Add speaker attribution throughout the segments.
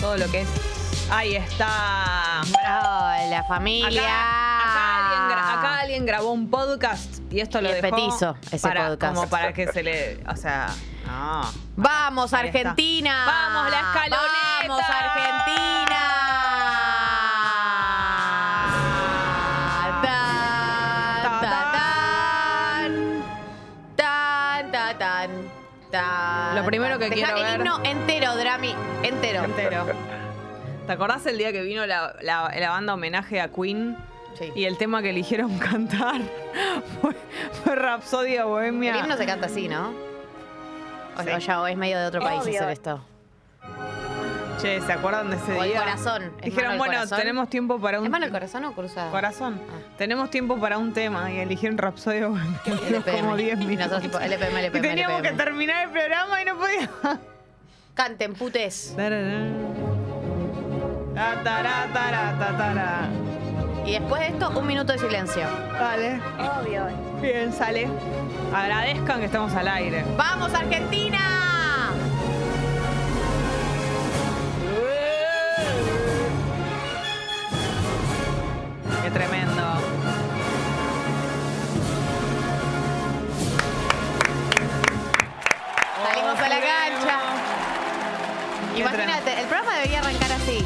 Speaker 1: todo lo que es. Ahí está.
Speaker 2: Hola, familia.
Speaker 1: Acá, alguien gra- acá alguien grabó un podcast y esto lo
Speaker 2: Y es
Speaker 1: dejó
Speaker 2: petizo ese
Speaker 1: para,
Speaker 2: podcast.
Speaker 1: Como para que se le. O sea. No.
Speaker 2: Vamos,
Speaker 1: Ahí está.
Speaker 2: Argentina.
Speaker 1: Vamos, la escaloneta.
Speaker 2: Vamos, Argentina. Tan, tan, tan. Tan, tan, tan, tan,
Speaker 1: Lo primero que
Speaker 2: tan.
Speaker 1: quiero
Speaker 2: Dejá
Speaker 1: ver-
Speaker 2: el himno entero, Drami, entero.
Speaker 1: Entero. ¿Te acordás el día que vino la, la- la banda homenaje a Queen?
Speaker 2: Sí.
Speaker 1: Y el tema que eligieron cantar fue, fue Rapsodia Bohemia.
Speaker 2: El himno se canta así, ¿no? O,
Speaker 1: Sí.
Speaker 2: o ya, o es medio de otro país
Speaker 3: Obvio.
Speaker 2: hacer esto.
Speaker 1: Che, ¿se acuerdan de ese
Speaker 2: O el
Speaker 1: día?
Speaker 2: corazón. ¿Es mano
Speaker 1: Dijeron,
Speaker 2: el
Speaker 1: bueno,
Speaker 2: corazón?
Speaker 1: tenemos tiempo para un.
Speaker 2: ¿Es mano el corazón o cruzado?
Speaker 1: Corazón.
Speaker 2: Ah.
Speaker 1: Tenemos tiempo para un tema y eligieron Rapsodia Bohemia.
Speaker 2: LPM.
Speaker 1: Como 10
Speaker 2: Y
Speaker 1: minutos.
Speaker 2: nosotros tipo, LPM,
Speaker 1: Y teníamos que terminar el programa y no podíamos.
Speaker 2: Canten, putes.
Speaker 1: Ta, tará, tará, ta, tará.
Speaker 2: Y después de esto, un minuto de silencio.
Speaker 1: Vale,
Speaker 3: Obvio.
Speaker 1: bien, sale. Agradezcan que estamos al aire.
Speaker 2: ¡Vamos, Argentina!
Speaker 1: Qué tremendo.
Speaker 2: Salimos a la cancha.
Speaker 1: Qué
Speaker 2: Imagínate, el programa debería arrancar así.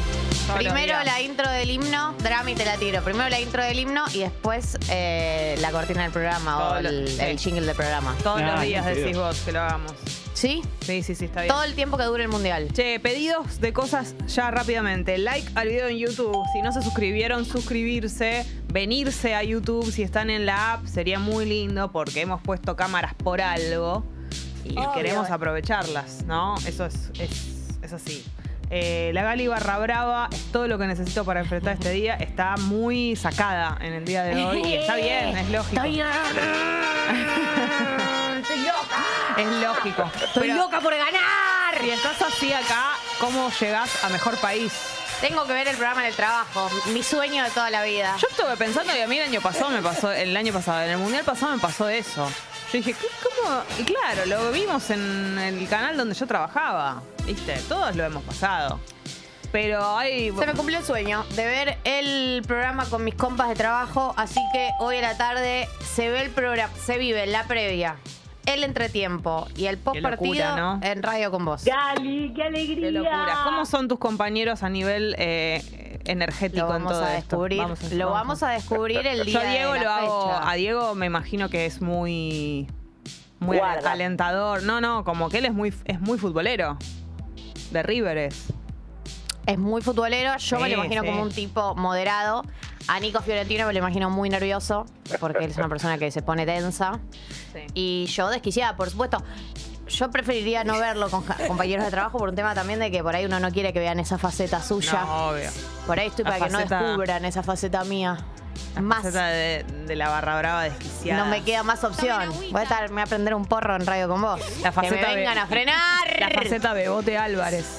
Speaker 1: Todos los
Speaker 2: Primero
Speaker 1: días.
Speaker 2: la intro del himno, drama y te la tiro. Primero la intro del himno y después eh, la cortina del programa o
Speaker 1: Todo lo-
Speaker 2: el,
Speaker 1: sí.
Speaker 2: el jingle del programa.
Speaker 1: Todos los
Speaker 4: Ah,
Speaker 1: días
Speaker 4: increíble.
Speaker 1: decís vos que lo hagamos.
Speaker 2: ¿Sí?
Speaker 1: Sí, sí, sí, está bien.
Speaker 2: Todo el tiempo que dure el mundial.
Speaker 1: Che, pedidos de cosas ya rápidamente. Like al video en YouTube. Si no se suscribieron, suscribirse. Venirse a YouTube. Si están en la app, sería muy lindo porque hemos puesto cámaras por algo. Y
Speaker 3: Obvio.
Speaker 1: queremos aprovecharlas, ¿no? Eso es, es, es así. Eh, la Gali Barra Brava es todo lo que necesito para enfrentar este día. Está muy sacada en el día de hoy. Y está bien, es lógico.
Speaker 2: Estoy, estoy loca.
Speaker 1: Es lógico.
Speaker 2: Estoy
Speaker 1: Pero
Speaker 2: loca por ganar.
Speaker 1: si estás así acá, ¿cómo llegás a mejor país?
Speaker 2: Tengo que ver el programa en el trabajo. Mi sueño de toda la vida.
Speaker 1: Yo estuve pensando y a mí el año pasado me pasó, el año pasado, en el mundial pasado me pasó eso. Yo dije, "¿Qué- ¿cómo? Y claro, lo vimos en el canal donde yo trabajaba, ¿viste? Todos lo hemos pasado. Pero hay.
Speaker 2: Se me cumplió el sueño de ver el programa con mis compas de trabajo, así que hoy a la tarde se ve el programa, se vive la previa, el entretiempo y el post partido
Speaker 1: locura, ¿no?
Speaker 2: en radio con vos.
Speaker 3: Gali, qué alegría.
Speaker 1: Qué locura. ¿Cómo son tus compañeros a nivel eh, energético
Speaker 2: Lo vamos
Speaker 1: en todo
Speaker 2: a
Speaker 1: esto?
Speaker 2: descubrir,
Speaker 1: Vamos
Speaker 2: lo vamos a descubrir el día
Speaker 1: Yo a Diego
Speaker 2: de
Speaker 1: lo
Speaker 2: la
Speaker 1: hago.
Speaker 2: fecha.
Speaker 1: A Diego me imagino que es muy. Muy
Speaker 3: Guarda.
Speaker 1: alentador. No, no, como que él es muy, es muy futbolero. De River es.
Speaker 2: Es muy futbolero, yo
Speaker 1: Sí,
Speaker 2: me lo imagino
Speaker 1: sí.
Speaker 2: como un tipo moderado. A Nico Fiorentino me lo imagino muy nervioso, porque él es una persona que se pone tensa. Y yo desquiciada, por supuesto. Yo preferiría no verlo con ja- compañeros de trabajo por un tema también de que por ahí uno no quiere que vean esa faceta suya.
Speaker 1: No, obvio.
Speaker 2: Por ahí estoy
Speaker 1: La
Speaker 2: para que
Speaker 1: faceta-
Speaker 2: no descubran esa faceta mía. Más.
Speaker 1: Faceta de, de la barra brava desquiciada.
Speaker 2: No me queda más opción. Voy a estar, me voy a prender un porro en radio con vos.
Speaker 1: La faceta
Speaker 2: que me
Speaker 1: de-
Speaker 2: vengan a frenar.
Speaker 1: La faceta Bebote Álvarez.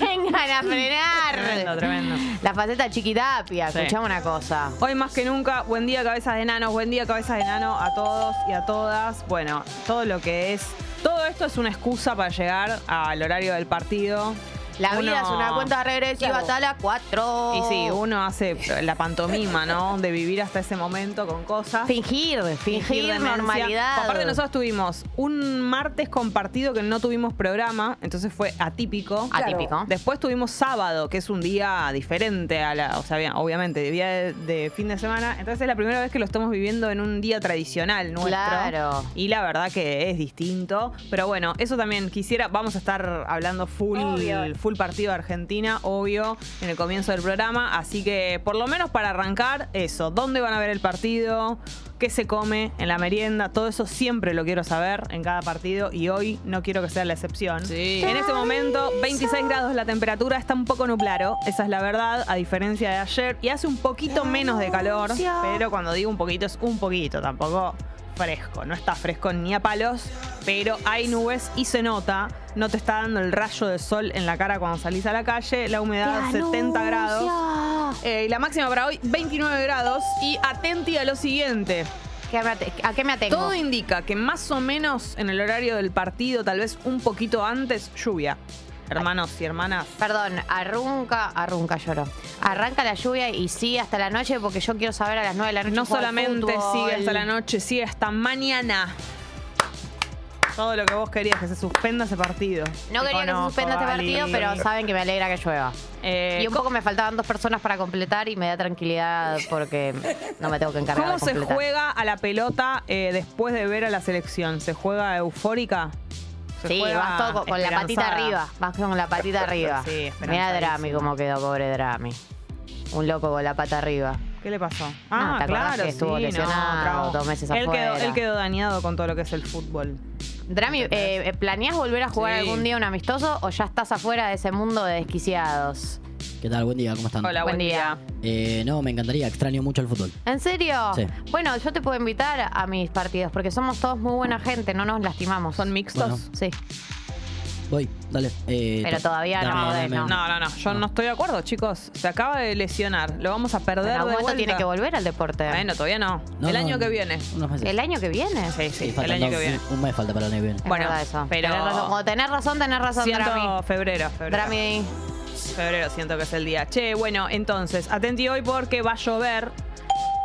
Speaker 2: vengan a frenar.
Speaker 1: Tremendo, tremendo.
Speaker 2: La faceta chiquitapia.
Speaker 1: Sí.
Speaker 2: Escuchame una cosa.
Speaker 1: Hoy más que nunca, buen día cabezas de nanos, buen día cabezas de nano a todos y a todas. Bueno, todo lo que es... Todo esto es una excusa para llegar al horario del partido.
Speaker 2: La
Speaker 1: Uno-
Speaker 2: vida es una cuenta regresiva
Speaker 3: Claro.
Speaker 2: hasta las 4.
Speaker 1: Y sí, uno hace la pantomima, ¿no? De vivir hasta ese momento con cosas.
Speaker 2: Fingir, fingir,
Speaker 1: demencia.
Speaker 2: normalidad.
Speaker 1: Aparte nosotros tuvimos un martes compartido que no tuvimos programa, entonces fue atípico.
Speaker 3: Claro.
Speaker 2: Atípico.
Speaker 1: Después tuvimos sábado, que es un día diferente a la, o sea, bien, obviamente, día de, de fin de semana. Entonces es la primera vez que lo estamos viviendo en un día tradicional nuestro.
Speaker 2: Claro.
Speaker 1: Y la verdad que es distinto. Pero bueno, eso también quisiera, vamos a estar hablando full,
Speaker 3: Obvio.
Speaker 1: full partido de Argentina, obvio, en el comienzo del programa. Así que por lo menos para arrancar, eso, ¿dónde van a ver el partido? ¿Qué se come en la merienda? Todo eso siempre lo quiero saber en cada partido y hoy no quiero que sea la excepción. En este momento, 26 grados la temperatura, está un poco nublado, esa es la verdad, a diferencia de ayer. Y hace un poquito menos de calor, pero cuando digo un poquito es un poquito, tampoco fresco. No está fresco ni a palos, pero hay nubes y se nota. No te está dando el rayo de sol en la cara cuando salís a la calle. La humedad 70 grados. Eh, y la máxima para hoy, 29 grados. Y atenti a lo siguiente.
Speaker 2: ¿Qué me ate- ¿A qué me atengo?
Speaker 1: Todo indica que más o menos en el horario del partido, tal vez un poquito antes, lluvia. hermanos y hermanas.
Speaker 2: Perdón, arranca, arranca lloro. Arranca la lluvia y sigue hasta la noche porque yo quiero saber a las 9 de la noche.
Speaker 1: No
Speaker 2: jugar
Speaker 1: solamente
Speaker 2: fútbol.
Speaker 1: sigue hasta la noche, sigue hasta mañana. Todo lo que vos querías, que se suspenda ese partido.
Speaker 2: No
Speaker 1: Te
Speaker 2: quería que se
Speaker 1: conozco,
Speaker 2: suspenda este
Speaker 1: Gali.
Speaker 2: partido, pero saben que me alegra que llueva.
Speaker 1: Eh,
Speaker 2: Y un poco me faltaban dos personas para completar y me da tranquilidad porque no me tengo que encargar
Speaker 1: ¿Cómo
Speaker 2: de
Speaker 1: se
Speaker 2: completar.
Speaker 1: juega a la pelota eh, después de ver a la selección? ¿Se juega eufórica? ¿Se
Speaker 2: Sí,
Speaker 1: juega
Speaker 2: vas todo con, con la patita
Speaker 1: esperanzada?
Speaker 2: arriba. Vas con la patita arriba.
Speaker 1: Sí, esperanzadísimo.
Speaker 2: Mira Drami cómo quedó, pobre Drami. Un loco con la pata arriba.
Speaker 1: ¿Qué le pasó? Ah,
Speaker 2: No, ¿te acordás que estuvo
Speaker 1: no,
Speaker 2: lesionado
Speaker 1: trago.
Speaker 2: dos meses
Speaker 1: él quedó,
Speaker 2: afuera?
Speaker 1: él quedó dañado con todo lo que es el fútbol.
Speaker 2: Drami, eh, ¿planeás volver a jugar
Speaker 1: Sí.
Speaker 2: algún día un amistoso o ya estás afuera de ese mundo de desquiciados?
Speaker 3: ¿Qué tal? Buen día, ¿cómo están?
Speaker 1: Hola, buen,
Speaker 2: Buen
Speaker 1: día.
Speaker 2: día.
Speaker 3: Eh, no, me encantaría, extraño mucho el fútbol.
Speaker 2: ¿En serio?
Speaker 3: Sí.
Speaker 2: Bueno, yo te puedo invitar a mis partidos porque somos todos muy buena gente, no nos lastimamos.
Speaker 1: ¿Son mixtos?
Speaker 3: Bueno.
Speaker 2: Sí.
Speaker 3: Voy, dale. eh,
Speaker 2: Pero
Speaker 3: to-
Speaker 2: todavía no
Speaker 3: dame-
Speaker 2: podés,
Speaker 3: dame
Speaker 2: ¿no?
Speaker 3: un-
Speaker 1: No, no, no. Yo no. estoy de acuerdo, chicos. Se acaba de lesionar. Lo vamos a perder
Speaker 2: En algún
Speaker 1: de
Speaker 2: momento
Speaker 1: vuelta.
Speaker 2: tiene que volver al deporte.
Speaker 1: Bueno, todavía no.
Speaker 3: No,
Speaker 1: el
Speaker 3: no,
Speaker 1: año que viene.
Speaker 3: Unos meses.
Speaker 2: El año que viene.
Speaker 1: Sí, sí,
Speaker 3: Sí,
Speaker 1: el
Speaker 3: faltan
Speaker 1: año que
Speaker 3: dos-
Speaker 1: viene.
Speaker 3: Un mes falta para el año que viene.
Speaker 2: Es
Speaker 1: Bueno,
Speaker 2: verdad eso.
Speaker 1: pero-
Speaker 2: Tenés razón. Cuando tenés razón, tenés razón,
Speaker 1: Siento
Speaker 2: Drami.
Speaker 1: febrero, febrero.
Speaker 2: Drami.
Speaker 1: Febrero siento que es el día. Che, bueno, entonces, atenti hoy porque va a llover.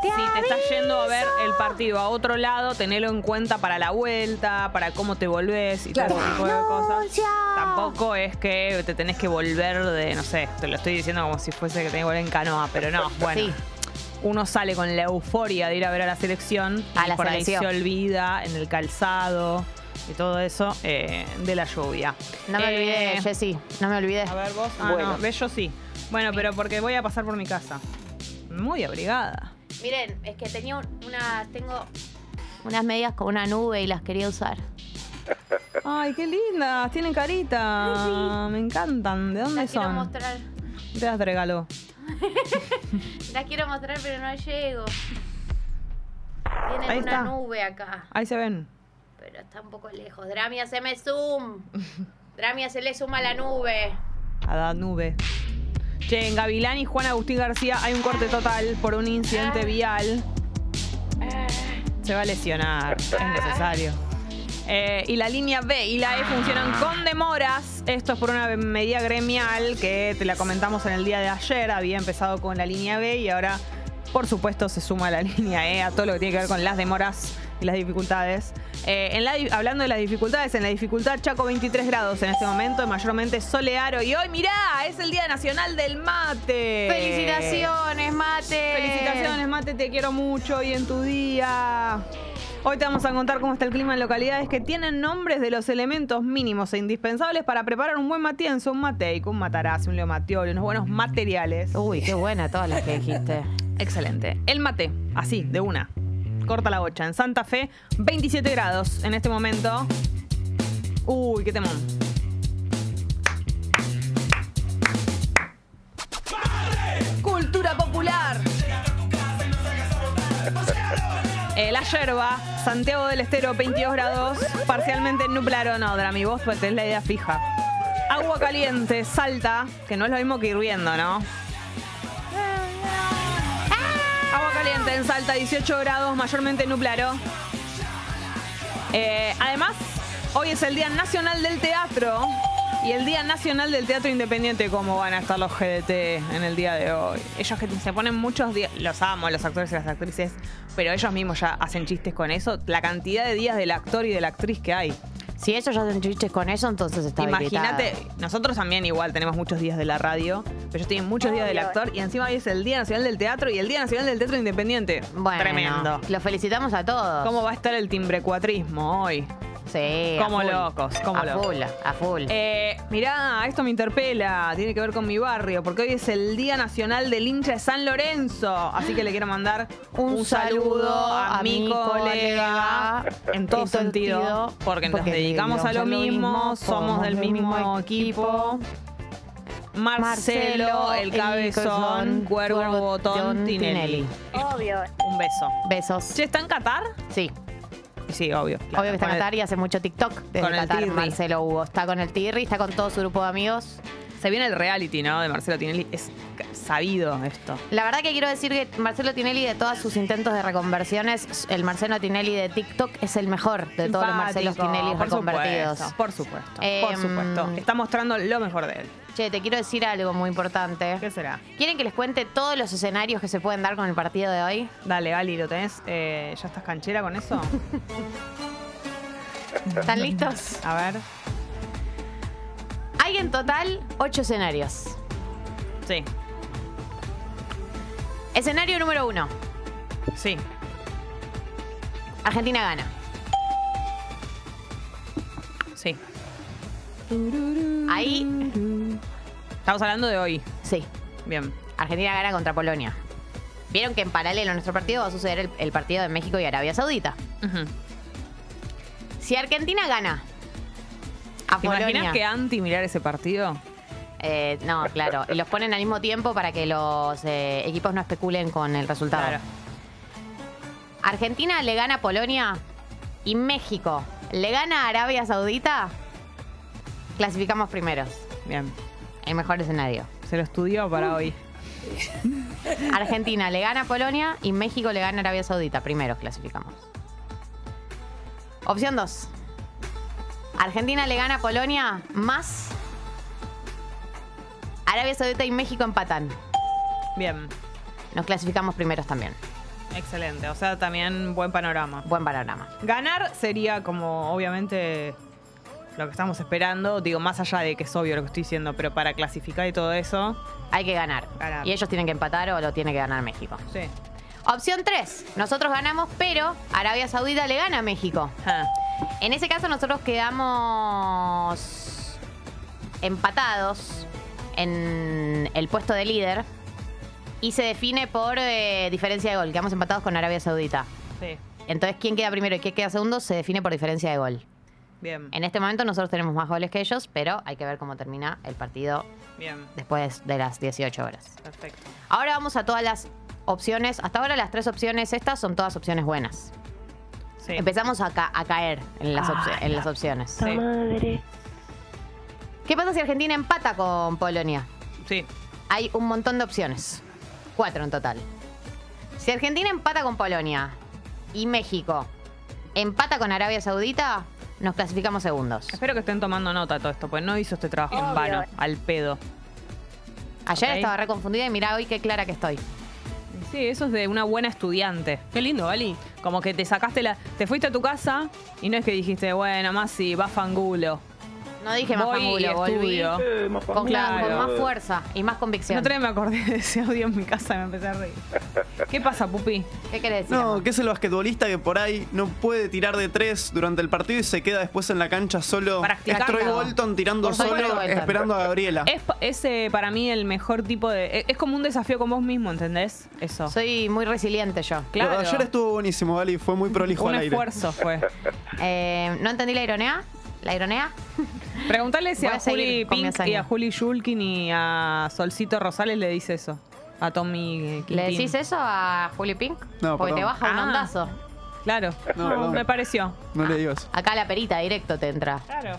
Speaker 2: Te
Speaker 1: si te estás
Speaker 2: aviso.
Speaker 1: yendo a ver el partido a otro lado, tenelo en cuenta para la vuelta, para cómo te volvés y todo ese tipo de cosas.
Speaker 2: Anuncia.
Speaker 1: Tampoco es que te tenés que volver de, no sé, te lo estoy diciendo como si fuese que tenés que volver en canoa, pero no, bueno.
Speaker 2: Sí.
Speaker 1: Uno sale con la euforia de ir a ver a la selección
Speaker 2: A
Speaker 1: y
Speaker 2: la
Speaker 1: por
Speaker 2: selección.
Speaker 1: ahí se olvida en el calzado y todo eso eh, de la lluvia.
Speaker 2: No me
Speaker 1: Eh,
Speaker 2: olvidé, Jessy. No me olvidé.
Speaker 1: a ver, vos. Ah,
Speaker 4: Bueno.
Speaker 1: no, ves, yo sí. Bueno, pero porque voy a pasar por mi casa. Muy abrigada.
Speaker 2: Miren, es que tenía un- una. Tengo unas medias con una nube y las quería usar.
Speaker 1: Ay, qué lindas. Tienen carita. Me encantan. ¿De dónde
Speaker 2: Las quiero
Speaker 1: son?
Speaker 2: mostrar.
Speaker 1: Te las regaló.
Speaker 2: Las quiero mostrar, pero no llego.
Speaker 1: Ahí
Speaker 2: Tienen
Speaker 1: está.
Speaker 2: una nube acá,
Speaker 1: Ahí se ven.
Speaker 2: pero está un poco lejos. Drami, haceme zoom. Drami, hacele zoom a la nube.
Speaker 1: A la nube. Che, en Gavilán y Juan Agustín García hay un corte total por un
Speaker 2: Ah.
Speaker 1: incidente vial. Se va a lesionar, es necesario. Eh, y la línea B y la E funcionan con demoras. Esto es por una medida gremial que te la comentamos en el día de ayer. Había empezado con la línea B y ahora, por supuesto, se suma la línea E a todo lo que tiene que ver con las demoras y las dificultades. Eh, en la di- hablando de las dificultades, en la dificultad Chaco 23 grados en este momento, mayormente solearo. Y hoy, mirá, es el Día Nacional del Mate.
Speaker 2: Felicitaciones, mate.
Speaker 1: Eh. Felicitaciones, Mate, te quiero mucho y en tu día. Hoy te vamos a contar cómo está el clima en localidades que tienen nombres de los elementos mínimos e indispensables para preparar un buen matienzo, un mateico, un matarazzo, un leomatiolo, unos buenos materiales.
Speaker 2: Uy, qué buena todas las que dijiste.
Speaker 1: Excelente. El mate, así, de una. Corta la bocha. En Santa Fe, 27 grados en este momento. Uy, qué temón. Cultura popular. Eh, la yerba, Santiago del Estero, 22 grados, parcialmente nublado. No, Drami, vos pues, tenés la idea fija. Agua caliente, salta, que no es lo mismo que hirviendo, ¿no? Agua caliente en Salta, 18 grados, mayormente nublado. Eh, además, hoy es el Día Nacional del Teatro y el Día Nacional del Teatro Independiente, como van a estar los GDT en el día de hoy. Ellos que se ponen muchos días, los amo, los actores y las actrices, pero ellos mismos ya hacen chistes con eso, la cantidad de días del actor y de la actriz que hay.
Speaker 2: Si ellos ya hacen chistes con eso, entonces está
Speaker 1: Imagínate,
Speaker 2: habilitado.
Speaker 1: nosotros también igual tenemos muchos días de la radio, pero ellos tienen muchos días del actor y encima hoy es el Día Nacional del Teatro y el Día Nacional del Teatro Independiente.
Speaker 2: Bueno,
Speaker 1: Tremendo.
Speaker 2: Los felicitamos a todos.
Speaker 1: ¿Cómo va a estar el timbrecuatrismo hoy?
Speaker 2: Sí. a
Speaker 1: Como
Speaker 2: full.
Speaker 1: locos, como
Speaker 2: a
Speaker 1: locos.
Speaker 2: full, a full.
Speaker 1: Eh, mirá, esto me interpela, tiene que ver con mi barrio, porque hoy es el Día Nacional del hincha de San Lorenzo, así que le quiero mandar un, saludo a, mi colega, en todo sentido, porque nos dedicamos a lo mismo, somos del mismo, equipo. Marcelo,
Speaker 2: Marcelo,
Speaker 1: el
Speaker 2: el
Speaker 1: cabezón,
Speaker 2: Cabezón,
Speaker 1: cuervo,
Speaker 2: Cuervo,
Speaker 1: botón,
Speaker 2: Botón,
Speaker 1: Tinelli.
Speaker 2: Tinelli.
Speaker 4: Obvio.
Speaker 1: Un beso.
Speaker 2: Besos.
Speaker 1: ¿Che, está en Qatar?
Speaker 2: Sí,
Speaker 1: Sí, obvio.
Speaker 2: obvio que está en
Speaker 1: Con el-
Speaker 2: Qatar y hace mucho TikTok desde
Speaker 1: con el
Speaker 2: Qatar,
Speaker 1: Tirri.
Speaker 2: Marcelo Hugo. Está con el Tirri, está con todo su grupo de amigos.
Speaker 1: Se viene el reality, ¿no? De Marcelo Tinelli. Es sabido esto.
Speaker 2: La verdad que quiero decir que Marcelo Tinelli, de todos sus intentos de reconversiones, el Marcelo Tinelli de TikTok es el mejor de todos los Marcelos
Speaker 1: Simpático,
Speaker 2: Tinelli
Speaker 1: por
Speaker 2: reconvertidos.
Speaker 1: Supuesto, por supuesto. por
Speaker 2: Em,
Speaker 1: supuesto. Está mostrando lo mejor de él.
Speaker 2: Che, te quiero decir algo muy importante.
Speaker 1: ¿Qué será?
Speaker 2: ¿Quieren que les cuente todos los escenarios que se pueden dar con el partido de hoy?
Speaker 1: Dale, Ali, ¿lo tenés? Eh, ¿Ya estás canchera con eso?
Speaker 2: ¿Están listos?
Speaker 1: A ver.
Speaker 2: Hay en total ocho escenarios.
Speaker 1: Sí,
Speaker 2: Escenario número uno.
Speaker 1: sí.
Speaker 2: Argentina gana.
Speaker 1: Sí.
Speaker 2: Ahí,
Speaker 1: Estamos hablando de hoy.
Speaker 2: sí.
Speaker 1: Bien.
Speaker 2: Argentina gana contra Polonia. Vieron que en paralelo a nuestro partido va a suceder el, el partido de México y Arabia Saudita.
Speaker 1: Ujú.
Speaker 2: Si Argentina gana a
Speaker 1: ¿Te imaginas
Speaker 2: Polonia.
Speaker 1: que anti mirar ese partido?
Speaker 2: Eh, no, claro. Y los ponen al mismo tiempo para que los eh, equipos no especulen con el resultado. Argentina le gana a Polonia y México le gana a Arabia Saudita. Clasificamos primeros.
Speaker 1: Bien.
Speaker 2: El mejor escenario.
Speaker 1: Se lo estudió
Speaker 2: Uh.
Speaker 1: para hoy.
Speaker 2: Argentina le gana a Polonia y México le gana a Arabia Saudita. Primero clasificamos. Opción 2. Argentina le gana a Polonia más. Arabia Saudita y México empatan.
Speaker 1: Bien.
Speaker 2: Nos clasificamos primeros también.
Speaker 1: Excelente. O sea, también buen panorama.
Speaker 2: Buen panorama.
Speaker 1: Ganar sería como, obviamente, lo que estamos esperando. Digo, más allá de que es obvio lo que estoy diciendo, pero para clasificar y todo eso.
Speaker 2: Hay que ganar.
Speaker 1: Ganar.
Speaker 2: Y ellos tienen que empatar o lo tiene que ganar México.
Speaker 1: Sí.
Speaker 2: Opción 3. Nosotros ganamos, pero Arabia Saudita le gana a México.
Speaker 1: Ah,
Speaker 2: En ese caso nosotros quedamos empatados en el puesto de líder y se define por eh, diferencia de gol. Quedamos empatados con Arabia Saudita.
Speaker 1: sí.
Speaker 2: Entonces, quién queda primero y quién queda segundo se define por diferencia de gol.
Speaker 1: Bien.
Speaker 2: En este momento nosotros tenemos más goles que ellos, pero hay que ver cómo termina el partido
Speaker 1: Bien.
Speaker 2: después de las 18 horas.
Speaker 1: Perfecto.
Speaker 2: Ahora vamos a todas las opciones. Hasta ahora las tres opciones estas son todas opciones buenas.
Speaker 1: Sí. Ah,
Speaker 2: Empezamos a, ca- a caer en las, opci- en las opciones.
Speaker 1: Sí.
Speaker 2: ¿Qué pasa si Argentina empata con Polonia?
Speaker 1: Sí.
Speaker 2: Hay un montón de opciones. Cuatro en total. Si Argentina empata con Polonia y México empata con Arabia Saudita, nos clasificamos segundos.
Speaker 1: Espero que estén tomando nota de todo esto, pues no hizo este trabajo en vano, al pedo.
Speaker 2: Ayer
Speaker 1: Ok.
Speaker 2: estaba reconfundida y mirá hoy qué clara que estoy.
Speaker 1: Sí, eso es de una buena estudiante.
Speaker 4: Qué lindo, Ali.
Speaker 1: Como que te sacaste la. Te fuiste a tu casa y no es que dijiste, bueno, más si va fangulo.
Speaker 2: No dije más
Speaker 1: Voy y
Speaker 2: fangulo, volví
Speaker 1: estudio.
Speaker 2: con,
Speaker 1: Claro.
Speaker 2: con más fuerza y más
Speaker 1: El
Speaker 2: convicción.
Speaker 1: otro día me acordé de ese audio en mi casa y me empecé a reír. ¿Qué pasa, Pupi?
Speaker 2: ¿Qué querés decir?
Speaker 5: No,
Speaker 2: amor?
Speaker 5: que es el basquetbolista que por ahí no puede tirar de tres durante el partido y se queda después en la cancha solo.
Speaker 1: Practicando.
Speaker 5: Es Troy Bolton tirando
Speaker 2: Por favor, Troy
Speaker 5: solo,
Speaker 2: Bolton.
Speaker 5: esperando a Gabriela.
Speaker 1: Es, pa- es, eh, para mí el mejor tipo de. e, Es, es como un desafío con vos mismo, ¿entendés? Eso.
Speaker 2: Soy muy resiliente yo.
Speaker 1: claro.
Speaker 5: Lo de ayer estuvo buenísimo, Gali, fue muy prolijo
Speaker 1: un
Speaker 5: al aire.
Speaker 1: esfuerzo fue.
Speaker 2: Eh, ¿No entendí la ironía? ¿La ironía?
Speaker 1: Preguntale si
Speaker 2: Voy
Speaker 1: a,
Speaker 2: a seguir
Speaker 1: Juli
Speaker 2: con mi
Speaker 1: Pink y
Speaker 2: hazaña.
Speaker 1: a Juli Shulkin y a Solcito Rosales le dice eso. A Tommy eh, Quintín.
Speaker 2: ¿Le decís eso a Juli Pink?
Speaker 5: No,
Speaker 2: Porque te
Speaker 5: perdón.
Speaker 2: baja un
Speaker 1: Ah.
Speaker 2: ondazo.
Speaker 1: Claro.
Speaker 5: No, perdón.
Speaker 1: me pareció.
Speaker 5: No le digo eso.
Speaker 2: Acá la perita directo te entra.
Speaker 1: Claro.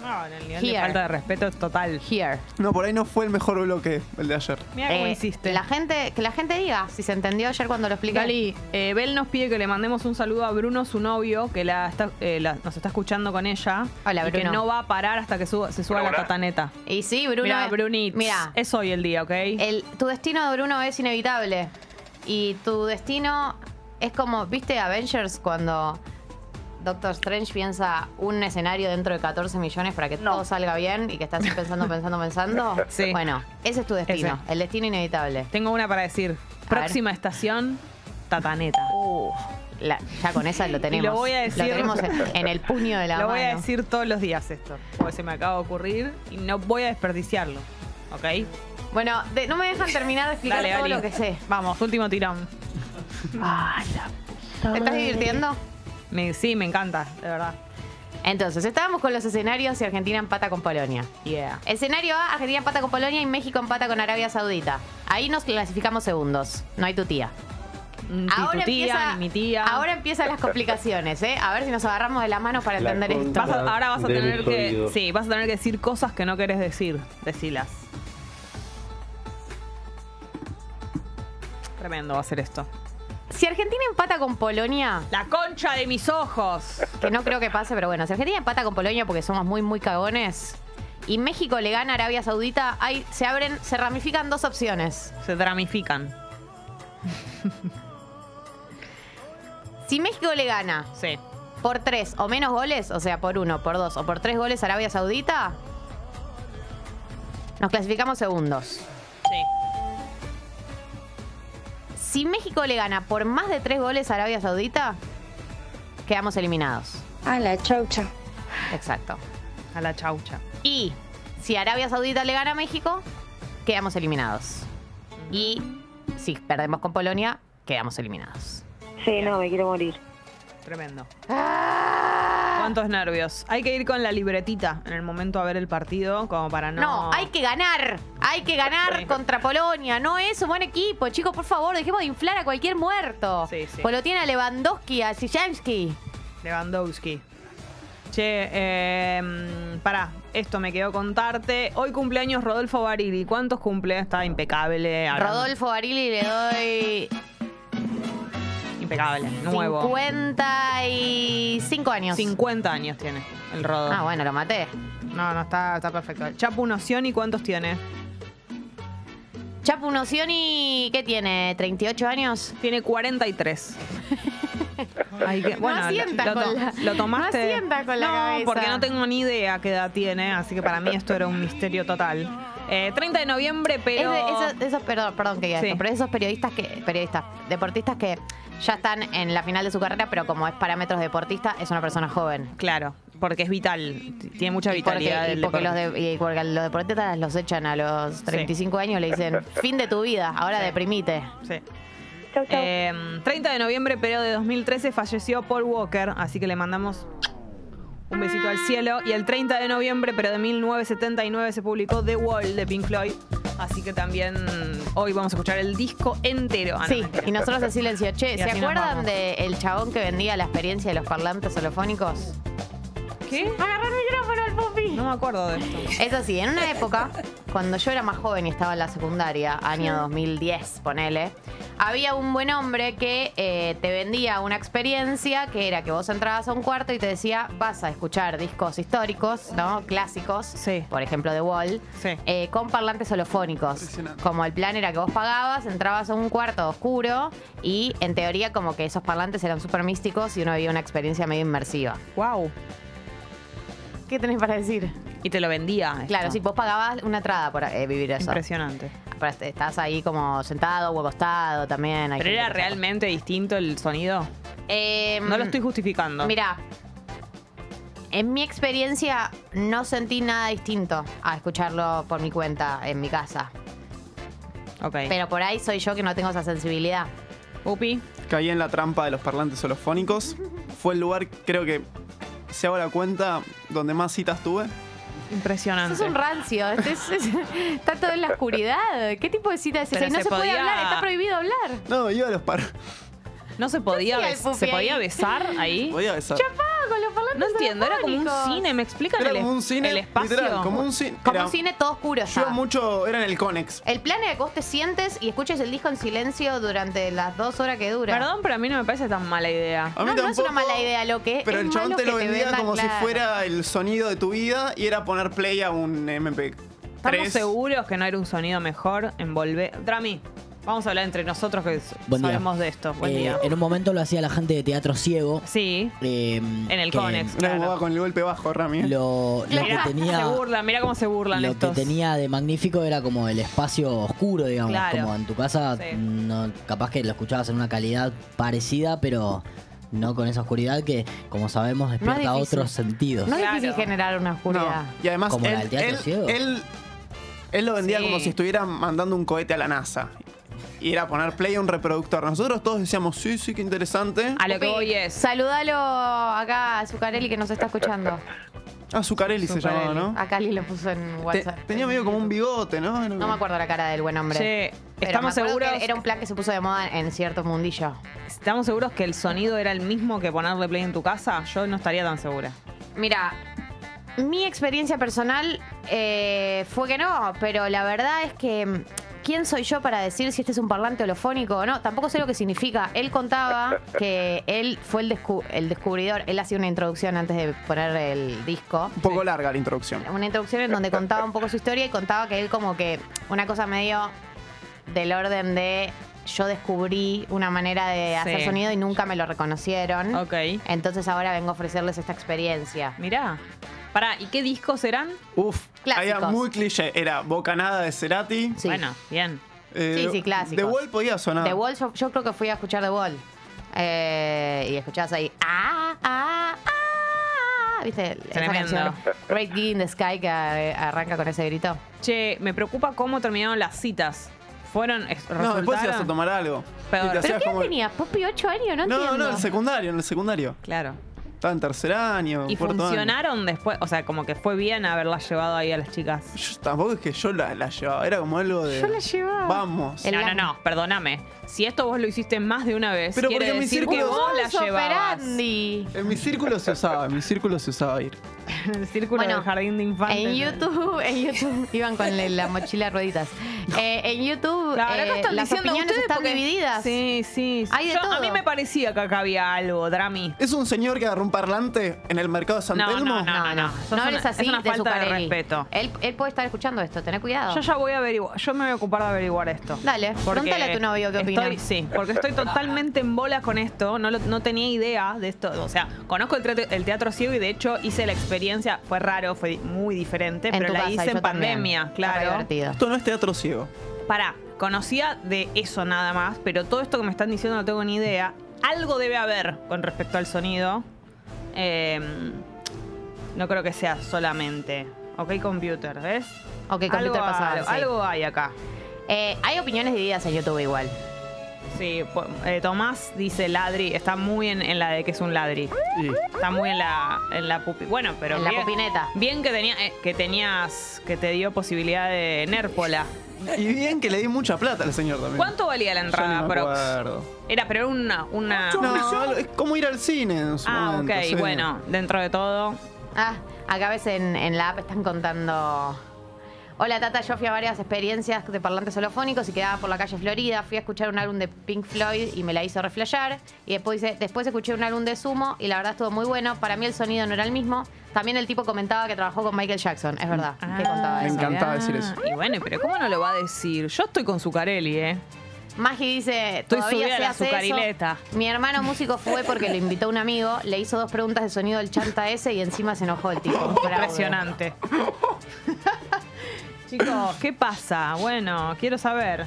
Speaker 1: No, en el nivel de
Speaker 2: Here.
Speaker 1: falta de respeto es total.
Speaker 2: Here.
Speaker 5: No, por ahí no fue el mejor bloque el de ayer.
Speaker 1: Mira cómo
Speaker 2: Eh,
Speaker 1: insiste.
Speaker 2: La gente, que la gente diga si se entendió ayer cuando lo expliqué.
Speaker 1: Gali, eh, Bel nos pide que le mandemos un saludo a Bruno, su novio, que la está- eh, la- nos está escuchando con ella.
Speaker 2: Hola,
Speaker 1: y que
Speaker 2: Bruno.
Speaker 1: no va a parar hasta que suba- se suba
Speaker 6: Hola,
Speaker 1: la
Speaker 6: hola.
Speaker 1: tataneta.
Speaker 2: Y sí, Bruno.
Speaker 1: Mira,
Speaker 2: es- Eh,
Speaker 1: Brunitz.
Speaker 2: Mira,
Speaker 1: Es hoy el día, ¿ok?
Speaker 2: el- tu destino de Bruno es inevitable. Y tu destino es como, ¿viste Avengers cuando Doctor Strange piensa un escenario dentro de 14 millones para que todo salga bien y que estás pensando, pensando, pensando?
Speaker 1: Sí.
Speaker 2: Bueno, ese es tu destino,
Speaker 1: Ese.
Speaker 2: el destino inevitable.
Speaker 1: Tengo una para decir.
Speaker 2: A
Speaker 1: Próxima estación, tataneta.
Speaker 2: Uh, la- ya con esa lo tenemos.
Speaker 1: lo voy a decir-
Speaker 2: tenemos en, en el puño de la
Speaker 1: Lo
Speaker 2: mano.
Speaker 1: voy a decir todos los días esto, porque se me acaba de ocurrir y no voy a desperdiciarlo, ¿ok?
Speaker 2: Bueno, de- no me dejan terminar de explicar
Speaker 1: Dale,
Speaker 2: todo
Speaker 1: Ali.
Speaker 2: lo que sé.
Speaker 1: Vamos, último tirón.
Speaker 2: ¿Te estás divirtiendo?
Speaker 1: Me- sí, me encanta, de verdad.
Speaker 2: Entonces, estábamos con los escenarios y Argentina empata con Polonia.
Speaker 1: Yeah.
Speaker 2: Escenario A, Argentina empata con Polonia y México empata con Arabia Saudita. Ahí nos clasificamos segundos. No hay tu tía.
Speaker 1: ni tu
Speaker 2: Ahora
Speaker 1: tía,
Speaker 2: empieza,
Speaker 1: ni Eh, mi tía.
Speaker 2: ahora empiezan las complicaciones, ¿eh? A ver si nos agarramos de la mano para
Speaker 4: La
Speaker 2: entender esto.
Speaker 4: concha.
Speaker 1: Vas a- ahora vas a
Speaker 4: Del
Speaker 1: tener que.
Speaker 4: oído.
Speaker 1: Sí, vas a tener que decir cosas que no querés decir. Decilas. Tremendo va a ser esto.
Speaker 2: Si Argentina empata con Polonia,
Speaker 1: ¡La concha de mis ojos!
Speaker 2: que no creo que pase, pero bueno, si Argentina empata con Polonia porque somos muy, muy cagones, y México le gana a Arabia Saudita, ahí se abren, se ramifican dos opciones.
Speaker 1: Se dramifican.
Speaker 2: Si México le gana
Speaker 1: Sí.
Speaker 2: por tres o menos goles, o sea, por uno, por dos o por tres goles a Arabia Saudita, nos clasificamos segundos.
Speaker 1: Sí.
Speaker 2: Si México le gana por más de tres goles a Arabia Saudita, quedamos eliminados.
Speaker 6: A la chaucha.
Speaker 2: Exacto.
Speaker 1: A la chaucha.
Speaker 2: Y si Arabia Saudita le gana a México, quedamos eliminados. Y si perdemos con Polonia, quedamos eliminados.
Speaker 6: Sí, no, me quiero morir.
Speaker 1: Tremendo. ¿Cuántos nervios? Hay que ir con la libretita en el momento a ver el partido, como para no.
Speaker 2: No, hay que ganar. Hay que ganar
Speaker 1: Sí.
Speaker 2: contra Polonia. No es un buen equipo, chicos, por favor, dejemos de inflar a cualquier muerto.
Speaker 1: Sí, sí.
Speaker 2: Pues lo tiene a Lewandowski, a Sijamski.
Speaker 1: Lewandowski. Che, eh, pará, esto me quedó contarte. Hoy cumpleaños Rodolfo Barili. ¿Cuántos cumple? Está impecable. hablando.
Speaker 2: Rodolfo Barili le doy
Speaker 1: Impecable, nuevo.
Speaker 2: 55 años.
Speaker 1: 50 años tiene el Rodo.
Speaker 2: Ah, bueno, lo maté.
Speaker 1: No, no, está, está perfecto. Chapu Nocioni, ¿cuántos tiene?
Speaker 2: Chapu Nocioni, ¿qué tiene? ¿38 años?
Speaker 1: Tiene 43. Ay, que-
Speaker 2: No asienta
Speaker 1: lo,
Speaker 2: con la-
Speaker 1: lo tomaste.
Speaker 2: no asienta con la
Speaker 1: No,
Speaker 2: cabeza.
Speaker 1: porque no tengo ni idea qué edad tiene, así que para mí esto era un misterio total. Eh, 30 de noviembre, pero.
Speaker 2: Es de- esos- esos- perdón, perdón que diga
Speaker 1: Sí.
Speaker 2: esto, pero esos periodistas que, periodistas, deportistas que ya están en la final de su carrera, pero como es parámetros deportista, es una persona joven.
Speaker 1: Claro, porque es vital. t- Tiene mucha
Speaker 2: Y porque,
Speaker 1: vitalidad.
Speaker 2: y
Speaker 1: el
Speaker 2: porque los
Speaker 1: deporte.
Speaker 2: de- y porque los deportistas los echan a los 35 años, le dicen, fin de tu vida, ahora
Speaker 1: Sí.
Speaker 2: deprimite.
Speaker 1: Sí.
Speaker 6: Chau, chau.
Speaker 1: Eh, 30 de noviembre, pero de 2013 falleció Paul Walker, así que le mandamos un besito al cielo. Y el 30 de noviembre, pero de 1979 se publicó The Wall de Pink Floyd, así que también hoy vamos a escuchar el disco entero. Ah, no,
Speaker 2: sí,
Speaker 1: mentira.
Speaker 2: y nosotros en silencio. Che, ¿se
Speaker 1: así nos
Speaker 2: acuerdan
Speaker 1: vamos.
Speaker 2: del chabón que vendía la experiencia de los parlantes holofónicos?
Speaker 1: ¿Qué?
Speaker 2: Agarró el micrófono al popi.
Speaker 1: No me acuerdo de esto.
Speaker 2: Eso sí, en una época, cuando yo era más joven y estaba en la secundaria, año 2010, ponele, había un buen hombre que eh, te vendía una experiencia que era que vos entrabas a un cuarto y te decía, vas a escuchar discos históricos, ¿no? Clásicos,
Speaker 1: Sí.
Speaker 2: por ejemplo, The Wall,
Speaker 1: Sí.
Speaker 2: eh, con parlantes holofónicos.
Speaker 5: Impresionante.
Speaker 2: Como el plan era que vos pagabas, entrabas a un cuarto oscuro y en teoría como que esos parlantes eran súper místicos y uno vivía una experiencia medio inmersiva.
Speaker 1: Wow.
Speaker 2: ¿Qué tenés para decir?
Speaker 1: Y te lo vendía. esto.
Speaker 2: Claro, si vos pagabas una entrada por eh, vivir eso.
Speaker 1: Impresionante.
Speaker 2: Pero est- estás ahí como sentado o acostado también. hay
Speaker 1: Pero
Speaker 2: gente
Speaker 1: era
Speaker 2: que se-
Speaker 1: realmente distinto el sonido.
Speaker 2: Eh,
Speaker 1: No lo estoy justificando.
Speaker 2: Mira, en mi experiencia no sentí nada distinto a escucharlo por mi cuenta en mi casa.
Speaker 1: Ok.
Speaker 2: Pero por ahí soy yo que no tengo esa sensibilidad.
Speaker 1: Upi.
Speaker 5: Caí en la trampa de los parlantes holofónicos. Fue el lugar, creo que, si hago la cuenta, donde más citas tuve.
Speaker 1: Impresionante.
Speaker 2: Sos un rancio. este es- es- está todo en la oscuridad. ¿Qué tipo de cita es esa?
Speaker 1: Pero
Speaker 2: Y no
Speaker 1: se
Speaker 2: se, puede
Speaker 1: podía-
Speaker 2: hablar, está prohibido hablar.
Speaker 5: No, iba a los parlantes.
Speaker 1: No se podía,
Speaker 2: Yo fui al
Speaker 1: bes-
Speaker 2: pupi
Speaker 1: se podía
Speaker 2: ahí.
Speaker 1: besar ahí.
Speaker 5: Podía besar.
Speaker 2: Ah, con los parlantes
Speaker 1: No entiendo, era como un
Speaker 2: telefónicos.
Speaker 1: cine, me explican
Speaker 5: Era
Speaker 1: el,
Speaker 5: como
Speaker 1: es-
Speaker 5: un cine.
Speaker 1: el espacio. Ah.
Speaker 5: Literal, como un cine.
Speaker 2: Como
Speaker 5: era-
Speaker 2: un cine todo oscuro.
Speaker 5: Yo
Speaker 2: estaba.
Speaker 5: mucho. Era en el Conex.
Speaker 2: El plan era que vos te sientes y escuches el disco en silencio durante las dos horas que dura.
Speaker 1: Perdón, pero a mí no me parece tan mala idea.
Speaker 5: A mí
Speaker 2: no, no es
Speaker 5: tampoco,
Speaker 2: una mala idea lo que es.
Speaker 5: Pero
Speaker 2: Eh, es
Speaker 5: el chabón
Speaker 2: malo
Speaker 5: te
Speaker 2: que
Speaker 5: lo vendía
Speaker 2: vendan,
Speaker 5: como
Speaker 2: claro.
Speaker 5: si fuera el sonido de tu vida y era poner play a un MP3.
Speaker 1: Estamos seguros que no era un sonido mejor envolver. Drami, vamos a hablar entre nosotros que s-
Speaker 3: Buen día.
Speaker 1: sabemos de esto. Buen
Speaker 3: Eh,
Speaker 1: día.
Speaker 3: En un momento lo hacía la gente de Teatro Ciego.
Speaker 1: Sí,
Speaker 3: eh,
Speaker 1: en el
Speaker 3: que
Speaker 1: Conex.
Speaker 5: Mirá cómo
Speaker 1: claro.
Speaker 5: va con el golpe bajo, Rami. eh.
Speaker 3: Lo, lo
Speaker 1: Mirá,
Speaker 3: que tenía.
Speaker 1: Se burlan, mira cómo se burlan
Speaker 3: Lo
Speaker 1: estos.
Speaker 3: que tenía de magnífico era como el espacio oscuro, digamos.
Speaker 1: Claro.
Speaker 3: Como en tu casa,
Speaker 1: Sí.
Speaker 3: no, capaz que lo escuchabas en una calidad parecida, pero no con esa oscuridad que, como sabemos, despierta
Speaker 2: difícil.
Speaker 3: otros sentidos.
Speaker 2: No es
Speaker 1: Claro.
Speaker 2: difícil generar una oscuridad.
Speaker 5: No. Y además,
Speaker 3: Como la
Speaker 5: él,
Speaker 3: del teatro
Speaker 5: él-
Speaker 3: ciego.
Speaker 5: él- él lo vendía
Speaker 1: Sí.
Speaker 5: como si estuviera mandando un cohete a la NASA. Y era poner play a un reproductor. Nosotros todos decíamos, sí, sí, qué interesante.
Speaker 1: A lo que
Speaker 2: Pupi,
Speaker 1: voy es.
Speaker 2: Saludalo acá a Zucarelli que nos está escuchando.
Speaker 5: Ah, Zuccarelli se llamaba, ¿no?
Speaker 2: A Cali lo puso en
Speaker 5: Te-
Speaker 2: WhatsApp.
Speaker 5: tenía medio como un bigote, ¿no? Era-
Speaker 2: Ah, No me acuerdo la cara del buen hombre.
Speaker 1: Che,
Speaker 2: Pero
Speaker 1: estamos
Speaker 2: me acuerdo
Speaker 1: seguros.
Speaker 2: que Era un plan que se puso de moda en cierto mundillo.
Speaker 1: Estamos seguros que el sonido era el mismo que ponerle play en tu casa. Yo no estaría tan segura.
Speaker 2: Mira, mi experiencia personal eh, fue que no, pero la verdad es que mm, quién soy yo para decir si este es un parlante holofónico o no. Tampoco sé lo que significa. Él contaba que él fue el, descu- el descubridor. Él hacía una introducción antes de poner el disco.
Speaker 5: Un poco larga la introducción.
Speaker 2: una introducción en donde contaba un poco su historia y contaba que él como que una cosa medio del orden de yo descubrí una manera de
Speaker 1: Sí.
Speaker 2: hacer sonido y nunca me lo reconocieron.
Speaker 1: Ok.
Speaker 2: Entonces ahora vengo a ofrecerles esta experiencia.
Speaker 1: Mirá. Pará, ¿y qué discos eran?
Speaker 5: Uf,
Speaker 2: Clásicos.
Speaker 5: era muy cliché. Era Bocanada de Cerati.
Speaker 2: Sí.
Speaker 1: Bueno, bien.
Speaker 5: eh,
Speaker 2: Sí, sí, clásicos.
Speaker 5: The Wall podía sonar.
Speaker 2: The Wall, yo, yo creo que fui a escuchar The Wall. Eh, y escuchabas ahí. ¡Ah, ah, ah! ¿Viste? Esa
Speaker 1: Tremendo.
Speaker 2: canción, Great Gig in the Sky que eh, arranca con ese grito.
Speaker 1: Che, me preocupa cómo terminaron las citas. Fueron. es-
Speaker 5: No, después ibas a
Speaker 1: resultaron-
Speaker 5: tomar algo.
Speaker 1: Peor.
Speaker 5: Y te
Speaker 1: ¿Pero
Speaker 5: hacías
Speaker 2: ¿Pero qué
Speaker 5: como-
Speaker 2: tenía? ¿Poppy 8 años? No,
Speaker 5: No,
Speaker 2: entiendo.
Speaker 5: no, en el secundario, en el secundario.
Speaker 1: Claro.
Speaker 5: Estaba en tercer año.
Speaker 1: Y
Speaker 5: cuarto año.
Speaker 1: funcionaron después. O sea, como que fue bien haberlas llevado ahí a las chicas.
Speaker 5: Yo- tampoco es que yo la, la llevaba, era como algo de.
Speaker 2: Yo la llevaba.
Speaker 5: Vamos.
Speaker 2: El
Speaker 1: no,
Speaker 2: blanco.
Speaker 1: no, no, perdóname. Si esto vos lo hiciste más de una vez,
Speaker 5: Pero
Speaker 1: quiere
Speaker 5: porque mi
Speaker 1: decir que
Speaker 5: círculo-
Speaker 1: vos la
Speaker 2: Modus
Speaker 1: llevabas.
Speaker 2: operandi.
Speaker 5: En mi círculo se usaba, en mi círculo se usaba ir.
Speaker 1: En el círculo
Speaker 2: Bueno,
Speaker 1: del jardín de infantes.
Speaker 2: En YouTube, en YouTube iban con la- la mochila de rueditas. Eh, en YouTube
Speaker 1: La verdad que
Speaker 2: eh,
Speaker 1: están
Speaker 2: las
Speaker 1: diciendo
Speaker 2: opiniones
Speaker 1: ustedes
Speaker 2: están
Speaker 1: porque-
Speaker 2: divididas.
Speaker 1: Sí, sí. sí.
Speaker 2: Hay de
Speaker 1: Yo-
Speaker 2: todo.
Speaker 1: A mí me parecía que acá había algo, Drami.
Speaker 5: ¿Es un señor que agarró un parlante en el mercado de San
Speaker 1: No,
Speaker 5: Telmo?
Speaker 1: no,
Speaker 2: No, no,
Speaker 1: Sos
Speaker 2: no,
Speaker 1: una-
Speaker 2: hables así
Speaker 1: es una
Speaker 2: de
Speaker 1: falta de
Speaker 2: Zuccarelli.
Speaker 1: respeto.
Speaker 2: Él, él puede estar escuchando esto, tené cuidado.
Speaker 1: Yo ya voy a averiguar. Yo me voy a ocupar de averiguar esto.
Speaker 2: Oh. Dale,
Speaker 1: Porque
Speaker 2: pregúntale a tu novio qué opina.
Speaker 1: estoy- sí, porque estoy totalmente en bolas con esto. No, lo- no tenía idea de esto. O sea, conozco el teatro, el teatro ciego y de hecho hice la experiencia. Fue raro, fue muy diferente, pero la
Speaker 2: casa,
Speaker 1: hice
Speaker 2: yo
Speaker 1: en
Speaker 2: también.
Speaker 1: pandemia,
Speaker 2: Está
Speaker 1: claro.
Speaker 2: divertido.
Speaker 5: Esto no es teatro ciego.
Speaker 1: Pará, conocía de eso nada más, pero todo esto que me están diciendo no tengo ni idea. Algo debe haber con respecto al sonido. Eh, no creo que sea solamente. Ok, computer, ¿ves?
Speaker 2: Ok, computer
Speaker 1: algo,
Speaker 2: pasaba,
Speaker 1: algo-
Speaker 2: sí.
Speaker 1: algo hay acá.
Speaker 2: Eh, hay opiniones divididas en YouTube igual.
Speaker 1: Sí, po- eh, Tomás dice ladri, está muy en, en la de que es un ladri.
Speaker 5: Y
Speaker 1: Está muy en la, en la pupi. Bueno, pero.
Speaker 2: En la pupineta.
Speaker 1: Bien que, tenía, eh, que tenías. que te dio posibilidad de Nérpola.
Speaker 5: y bien que le di mucha plata al señor también.
Speaker 1: ¿Cuánto valía la
Speaker 5: Ya ni
Speaker 1: entrada,
Speaker 5: me
Speaker 1: Prox?
Speaker 5: acuerdo.
Speaker 1: Era, pero era una. una...
Speaker 5: No, algo- es como ir al cine en su
Speaker 1: Ah,
Speaker 5: momento,
Speaker 1: ok,
Speaker 5: sí.
Speaker 1: bueno, dentro de todo.
Speaker 2: Ah, acá ves en, en la app están contando. Hola Tata, yo fui a varias experiencias de parlantes holofónicos y quedaba por la calle Florida. Fui a escuchar un álbum de Pink Floyd y me la hizo reflejar. Y después, dice, después escuché un álbum de Sumo y la verdad estuvo muy bueno. Para mí el sonido no era el mismo. También el tipo comentaba que trabajó con Michael Jackson. Es verdad. que contaba
Speaker 1: Ah,
Speaker 5: Me
Speaker 2: eso.
Speaker 5: encanta. encantaba
Speaker 1: mirá.
Speaker 5: decir eso.
Speaker 1: Y bueno, pero ¿cómo no lo va a decir? Yo estoy con Zucarelli, ¿eh?
Speaker 2: Magi dice,
Speaker 1: Estoy
Speaker 2: todavía
Speaker 1: subida a
Speaker 2: se
Speaker 1: la
Speaker 2: hace eso.
Speaker 1: azucarileta.
Speaker 2: Mi hermano músico fue porque lo invitó un amigo, le hizo dos preguntas de sonido del chanta ese y encima se enojó el tipo. Un fraude.
Speaker 1: Impresionante. Chicos, ¿qué pasa? Bueno, quiero saber.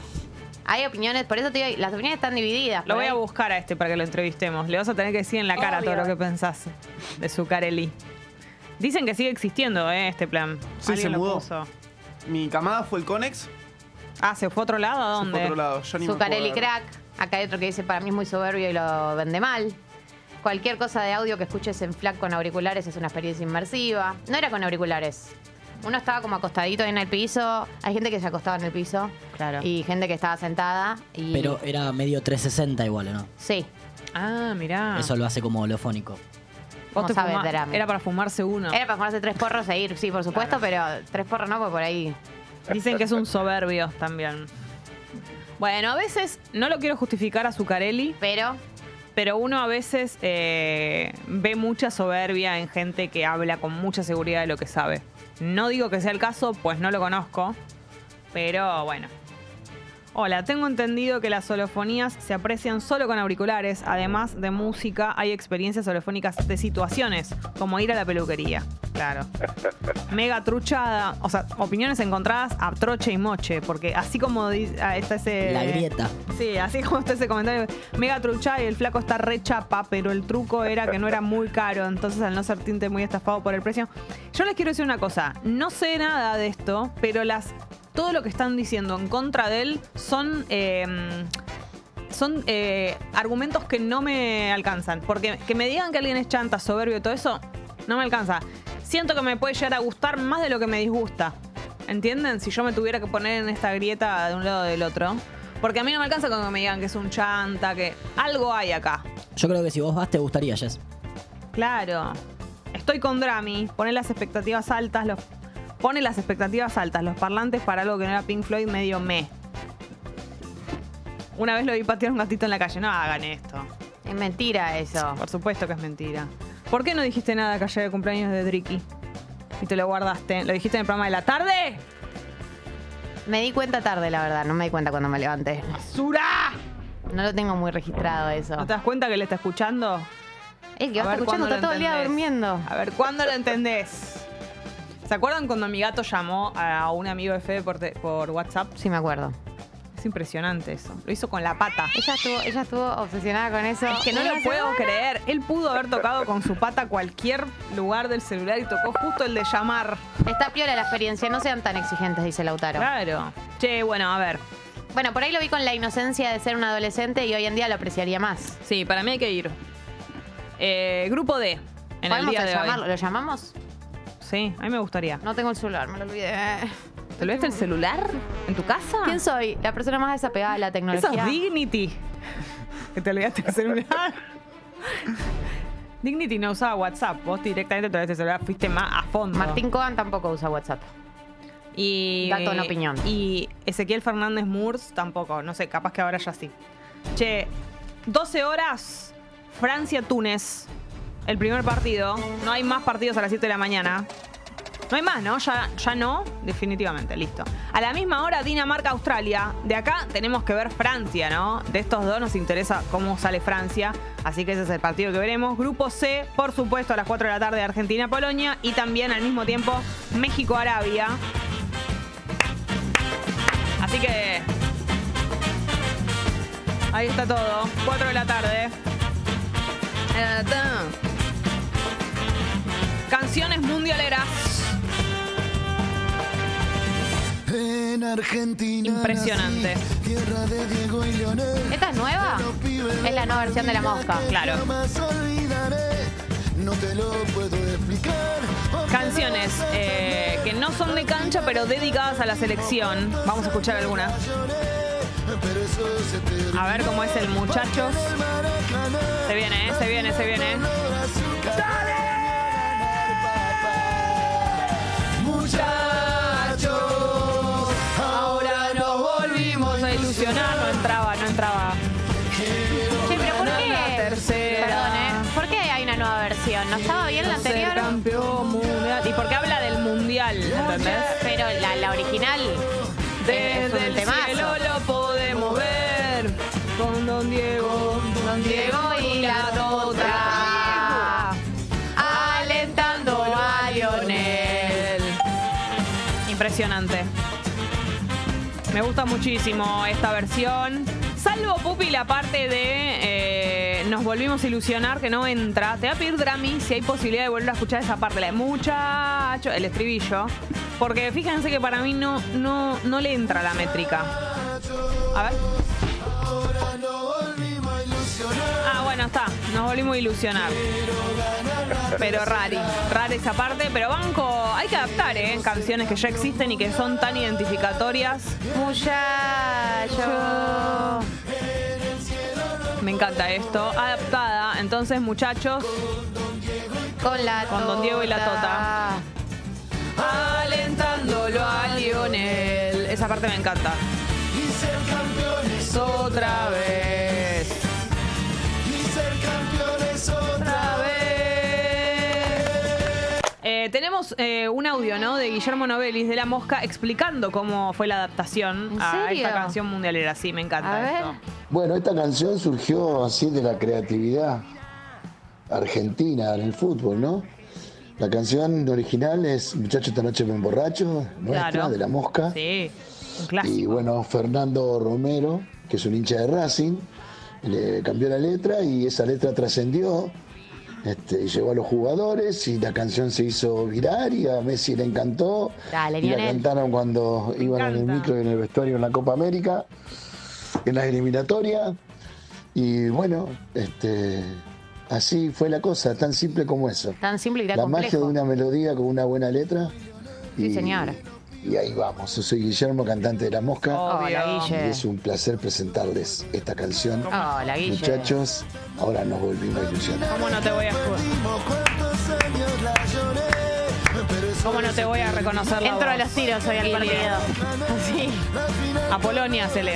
Speaker 2: Hay opiniones, por eso te digo, las opiniones están divididas.
Speaker 1: Lo
Speaker 2: por
Speaker 1: voy a
Speaker 2: ahí.
Speaker 1: buscar a este para que lo entrevistemos. Le vas a tener que decir en la cara
Speaker 6: Obvio.
Speaker 1: todo lo que pensás de Zucarelli. Dicen que sigue existiendo, ¿eh? Este plan.
Speaker 5: Sí,
Speaker 1: Alguien
Speaker 5: se
Speaker 1: lo
Speaker 5: mudó.
Speaker 1: puso.
Speaker 5: Mi camada fue el Conex.
Speaker 1: Ah, ¿se fue a otro lado? ¿A
Speaker 5: se
Speaker 1: dónde?
Speaker 5: fue a otro lado. Yo ni me
Speaker 2: Zuccarelli
Speaker 5: acuerdo.
Speaker 2: Crack. Acá hay otro que dice, para mí es muy soberbio y lo vende mal. Cualquier cosa de audio que escuches en flac con auriculares es una experiencia inmersiva. No era con auriculares. Uno estaba como acostadito en el piso. Hay gente que se acostaba en el piso.
Speaker 1: Claro.
Speaker 2: Y gente que estaba sentada.
Speaker 1: Mm.
Speaker 2: Y...
Speaker 3: Pero era medio 360 igual, ¿o ¿no?
Speaker 2: Sí.
Speaker 1: Ah, mirá.
Speaker 3: Eso lo hace como holofónico.
Speaker 1: Vos
Speaker 2: no
Speaker 1: te
Speaker 2: sabe
Speaker 1: fuma-
Speaker 2: drama.
Speaker 1: Era para fumarse uno.
Speaker 2: Era para fumarse tres porros e ir, sí, por supuesto, pero tres porros no, porque por ahí.
Speaker 1: Dicen que es un soberbio también. Bueno, a veces, no lo quiero justificar a Zucarelli,
Speaker 2: Pero
Speaker 1: pero uno a veces eh, ve mucha soberbia en gente que habla con mucha seguridad de lo que sabe. No digo que sea el caso, pues no lo conozco, pero bueno. Hola, tengo entendido que las solofonías se aprecian solo con auriculares. Además de música, hay experiencias solofónicas de situaciones, como ir a la peluquería. Claro. Mega truchada, o sea, opiniones encontradas a troche y moche, porque así como dice, ah, está ese...
Speaker 3: La grieta.
Speaker 1: Sí, así como está ese comentario. Mega trucha y el flaco está re chapa, pero el truco era que no era muy caro. Entonces, al no ser tinte muy estafado por el precio. Yo les quiero decir una cosa. No sé nada de esto, pero las. Todo lo que están diciendo en contra de él son. eh, son eh, argumentos que no me alcanzan. Porque que me digan que alguien es chanta, soberbio y todo eso. no me alcanza. Siento que me puede llegar a gustar más de lo que me disgusta. ¿Entienden? Si yo me tuviera que poner en esta grieta de un lado o del otro. Porque a mí no me alcanza con que me digan que es un chanta, que algo hay acá.
Speaker 3: Yo creo que si vos vas te gustaría, Jess.
Speaker 1: Claro. Estoy con Drami. Pone las expectativas altas, los. Pone las expectativas altas, los parlantes para algo que no era Pink Floyd medio me. Una vez lo vi patear un gatito en la calle. No hagan esto.
Speaker 2: Es mentira eso.
Speaker 1: Por supuesto que es mentira. ¿Por qué no dijiste nada que ayer de cumpleaños de Driki? Y te lo guardaste. ¿Lo dijiste en el programa de la tarde?
Speaker 2: Me di cuenta tarde, la verdad. No me di cuenta cuando me levanté.
Speaker 1: ¡Sura!
Speaker 2: No lo tengo muy registrado eso.
Speaker 1: ¿No te das cuenta que le está escuchando?
Speaker 2: El que
Speaker 1: A
Speaker 2: va a estar
Speaker 1: ver cuándo
Speaker 2: escuchando
Speaker 1: lo
Speaker 2: está todo el día
Speaker 1: entendés.
Speaker 2: durmiendo.
Speaker 1: A ver, ¿cuándo lo entendés? ¿Se acuerdan cuando mi gato llamó a un amigo de Fede por, te- por WhatsApp?
Speaker 2: Sí, me acuerdo.
Speaker 1: Es impresionante eso. Lo hizo con la pata.
Speaker 2: Ella estuvo, ella estuvo obsesionada con eso.
Speaker 1: Es que no
Speaker 2: Una
Speaker 1: lo puedo
Speaker 2: semana.
Speaker 1: creer. Él pudo haber tocado con su pata cualquier lugar del celular y tocó justo el de llamar.
Speaker 2: Está piola la experiencia, no sean tan exigentes, dice Lautaro.
Speaker 1: Claro. Che, bueno, a ver.
Speaker 2: Bueno, por ahí lo vi con la inocencia de ser un adolescente y hoy en día lo apreciaría más.
Speaker 1: Sí, para mí hay que ir. Eh, grupo D. En el
Speaker 2: ¿Podemos
Speaker 1: día de
Speaker 2: llamarlo?
Speaker 1: hoy.
Speaker 2: ¿Lo llamamos?
Speaker 1: Sí, a mí me gustaría.
Speaker 2: No tengo el celular, me lo
Speaker 1: Ah.
Speaker 2: olvidé.
Speaker 1: ¿Te lo viste el celular? ¿En tu casa?
Speaker 2: ¿Quién soy? La persona más desapegada de la
Speaker 1: Eso
Speaker 2: tecnología.
Speaker 1: es Dignity. Que te olvidaste el celular. Dignity no usaba WhatsApp. Vos directamente te olvidaste el celular. Fuiste más a fondo.
Speaker 2: Martín Coan tampoco usa WhatsApp.
Speaker 1: Y,
Speaker 2: Dato, no opinión.
Speaker 1: Y Ezequiel Fernández Murs tampoco. No sé, capaz que ahora ya sí. Che, 12 horas, Francia-Túnez. El primer partido. No hay más partidos a las 7 de la mañana. No hay más, ¿no? Ya, ya no. Definitivamente, listo. A la misma hora, Dinamarca-Australia. De acá tenemos que ver Francia, ¿no? De estos dos nos interesa cómo sale Francia. Así que ese es el partido que veremos. Grupo C, por supuesto, a las 4 de la tarde, Argentina-Polonia. Y también al mismo tiempo, México-Arabia. Así que. Ahí está todo. 4 de la tarde. Eh, ta. Canciones mundialeras.
Speaker 4: En Argentina.
Speaker 1: Impresionante.
Speaker 4: nací, Tierra de Diego y Leonel.
Speaker 2: ¿Esta es nueva? Es la nueva versión de La Mosca.
Speaker 1: Claro.
Speaker 4: Jamás olvidaré. No te lo puedo explicar. porque
Speaker 1: Canciones eh, que no son de cancha, pero dedicadas a la selección. Vamos a escuchar algunas.
Speaker 4: lloré, Pero eso se te
Speaker 1: A ver cómo es el muchachos.
Speaker 4: Maracaná.
Speaker 1: Se viene, eh, se viene, se viene.
Speaker 4: Muchachos, ahora nos volvimos
Speaker 1: Vamos a ilusionar. No entraba, no entraba.
Speaker 2: Che, pero ¿por qué?
Speaker 1: tercera.
Speaker 2: Perdón, ¿eh? ¿Por qué hay una nueva versión? ¿No estaba bien la anterior?
Speaker 1: campeón mundial. Y porque habla del mundial, ¿entendés?
Speaker 2: Pero la, la original eh, es
Speaker 1: Desde
Speaker 2: un
Speaker 1: el
Speaker 2: temazo.
Speaker 1: cielo lo podemos ver con Don Diego, Don
Speaker 2: Diego y la Tota alentando a Lionel.
Speaker 1: Impresionante. Me gusta muchísimo esta versión. Salvo Pupi la parte de eh, nos volvimos a ilusionar que no entra. Te va a pedir Drami si hay posibilidad de volver a escuchar esa parte, la de muchacho, el estribillo. Porque fíjense que para mí no, no, no le entra la métrica. A ver. Ah, bueno, está. Nos volvimos a ilusionar. Pero rari, rari esa parte. Pero banco, hay que adaptar, ¿eh? Canciones que ya existen y que son tan identificatorias.
Speaker 2: Muchacho.
Speaker 1: Me encanta esto. Adaptada. Entonces, muchachos,
Speaker 2: Con la
Speaker 1: Con Don Diego y la Tota. alentándolo a Lionel. Esa parte me encanta.
Speaker 4: y ser campeones,
Speaker 1: Otra vez.
Speaker 4: y ser campeones otra vez.
Speaker 1: Eh, tenemos eh, un audio, ¿no? De Guillermo Novelis de La Mosca explicando cómo fue la adaptación
Speaker 2: ¿En
Speaker 1: a
Speaker 2: serio?
Speaker 1: esta canción mundialera. Sí, me encanta
Speaker 2: A ver.
Speaker 1: esto.
Speaker 7: Bueno, esta canción surgió así de la creatividad argentina en el fútbol, ¿no? La canción original es Muchacho esta noche me emborracho, nuestra,
Speaker 1: Claro.
Speaker 7: de La Mosca.
Speaker 1: Sí, un
Speaker 7: Y
Speaker 1: clásico.
Speaker 7: bueno, Fernando Romero, que es un hincha de Racing, le cambió la letra y esa letra trascendió. Este, y llegó a los jugadores y la canción se hizo viral y a Messi le encantó.
Speaker 2: Dale,
Speaker 7: y la
Speaker 2: Lionel.
Speaker 7: cantaron cuando
Speaker 1: Me
Speaker 7: iban en el
Speaker 1: encanta.
Speaker 7: micro y en el vestuario en la Copa América, en las eliminatorias. Y bueno, este, Así fue la cosa, tan simple como eso.
Speaker 2: Tan simple y tan
Speaker 7: la magia de
Speaker 2: complejo.
Speaker 7: una melodía con una buena letra.
Speaker 2: Sí, señora.
Speaker 7: Y ahí vamos. Yo soy Guillermo, cantante de La Mosca.
Speaker 2: Hola,
Speaker 1: Obvio.
Speaker 7: Y
Speaker 2: Oh, Guille.
Speaker 7: es un placer presentarles esta canción.
Speaker 2: Hola, Guille.
Speaker 7: Muchachos, ahora nos volvimos a ilusionar.
Speaker 1: ¿Cómo no te voy a ¿Cómo no te voy a reconocer la
Speaker 2: Entro a
Speaker 1: voz?
Speaker 2: los tiros hoy al
Speaker 1: Guille.
Speaker 2: partido. Sí.
Speaker 1: A Polonia se lee.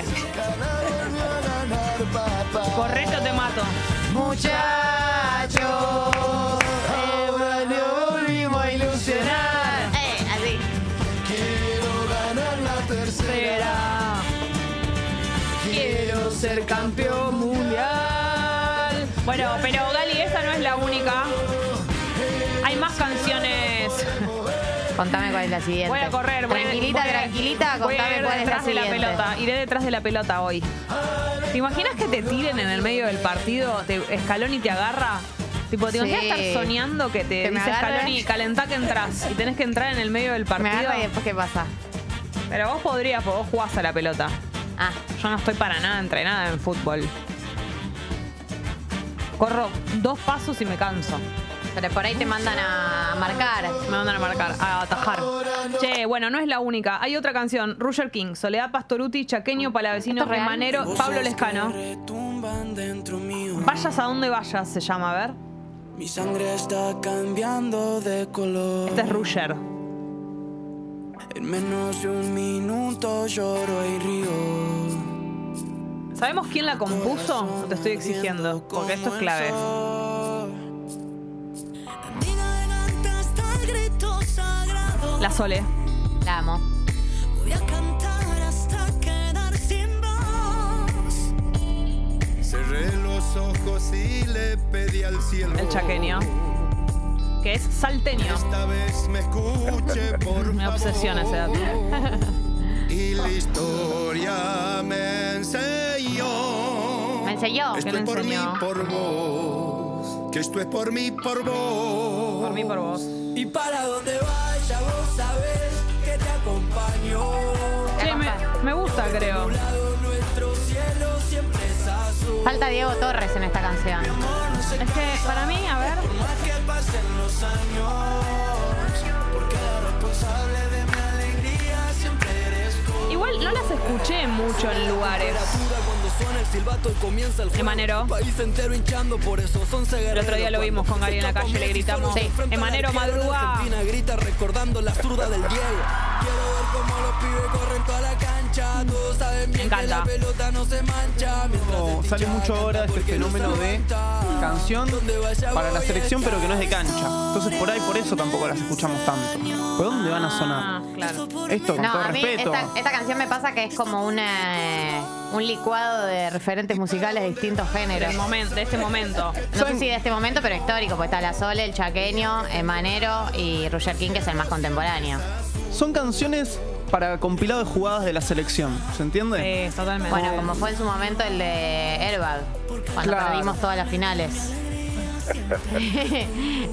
Speaker 1: Correcto, te mato.
Speaker 2: Muchachos,
Speaker 5: volvimos a ilusionar.
Speaker 2: eh, así.
Speaker 1: Será. Quiero ser campeón mundial. Bueno, pero Gali, esta no es la única. Hay más canciones.
Speaker 2: Contame cuál es la siguiente.
Speaker 1: Voy a correr. voy a-
Speaker 2: Tranquilita,
Speaker 1: voy a-
Speaker 2: tranquilita,
Speaker 1: voy a
Speaker 2: contame
Speaker 1: ir
Speaker 2: cuál es la
Speaker 1: detrás de la
Speaker 2: siguiente.
Speaker 1: pelota. Iré detrás de la pelota hoy. ¿Te imaginas que te tiren en el medio del partido? Te, escalón y te agarra. Tipo, te
Speaker 2: Sí.
Speaker 1: imaginas estar soñando que te
Speaker 2: Que me
Speaker 1: dice
Speaker 2: agarre.
Speaker 1: Scaloni, calentá que entras y tenés que entrar en el medio del
Speaker 2: Me
Speaker 1: partido.
Speaker 2: agarra y después qué pasa.
Speaker 1: Pero vos podrías, porque vos jugás a la pelota.
Speaker 2: Ah,
Speaker 1: Yo no estoy para nada entrenada en fútbol. Corro dos pasos y me canso.
Speaker 2: pero por ahí te mandan a marcar.
Speaker 1: Me mandan a marcar, a atajar. Che, bueno, no es la única. Hay otra canción, Roger King, Soledad Pastoruti, Chaqueño, Palavecino,
Speaker 2: ¿Esto es real?
Speaker 1: Remanero, Pablo Lescano.
Speaker 8: Retumban dentro mío.
Speaker 1: Vayas a donde vayas, se llama, a ver.
Speaker 8: Mi sangre está cambiando de color.
Speaker 1: Este es Roger.
Speaker 8: En menos de un minuto lloro y río.
Speaker 1: ¿Sabemos quién la compuso? No te estoy exigiendo, porque esto es clave. La Sole.
Speaker 2: La amo.
Speaker 9: Voy a cantar hasta quedar sin voz.
Speaker 4: Cerré los ojos y le pedí al cielo.
Speaker 1: El chaqueño. Que es salteño.
Speaker 4: Esta vez me escuche, por
Speaker 1: Me obsesiona ese dato.
Speaker 4: Y la historia me enseñó.
Speaker 2: Me enseñó.
Speaker 4: Esto
Speaker 1: ¿Qué le
Speaker 4: es por mí,
Speaker 1: enseñó?
Speaker 4: por vos. Que esto es por mí, por vos.
Speaker 1: Por mí, por vos.
Speaker 8: Y para donde vaya, vos sabés que te acompaño.
Speaker 1: Che, me, me gusta, creo.
Speaker 2: Falta Diego Torres en esta canción.
Speaker 1: Es que para mí, a ver. Igual no las escuché mucho en lugares.
Speaker 8: Cuando suena el silbato y comienza el juego.
Speaker 1: Emanero.
Speaker 8: País entero hinchando por eso. Son
Speaker 1: El otro día lo vimos con Gary en la calle, le gritamos.
Speaker 2: Sí.
Speaker 1: Emanero madruga.
Speaker 8: Argentina grita recordando la zurda del Diego. Quiero ver cómo los pibes corren toda la cancha. Todos saben bien que
Speaker 1: encanta.
Speaker 8: la pelota no se mancha. Mientras
Speaker 5: Oh,
Speaker 8: el
Speaker 5: sale
Speaker 8: hincha
Speaker 5: mucho ahora
Speaker 8: canta
Speaker 5: este
Speaker 8: porque no
Speaker 5: fenómeno
Speaker 8: se
Speaker 5: de
Speaker 8: levanta.
Speaker 5: canción
Speaker 8: Donde vaya
Speaker 5: para la
Speaker 8: voy
Speaker 5: selección,
Speaker 8: está.
Speaker 5: pero que no es de cancha. Entonces por ahí, por eso tampoco las escuchamos tanto. ¿Por dónde van a
Speaker 1: Ah,
Speaker 5: sonar?
Speaker 1: claro.
Speaker 5: Esto, con
Speaker 2: No,
Speaker 5: todo
Speaker 2: a mí
Speaker 5: respeto.
Speaker 2: esta, esta canción me pasa que es como una, eh, un licuado de referentes musicales de distintos géneros.
Speaker 1: Del momen- de este momento.
Speaker 2: No sé si de este momento, pero histórico, porque está La Sole, El Chaqueño, El Manero y Roger King, que es el más contemporáneo.
Speaker 5: Son canciones para compilado de jugadas de la selección. ¿Se entiende?
Speaker 1: Sí, totalmente.
Speaker 2: Bueno, como fue en su momento el de Airbag, cuando
Speaker 5: Claro.
Speaker 2: perdimos todas las finales.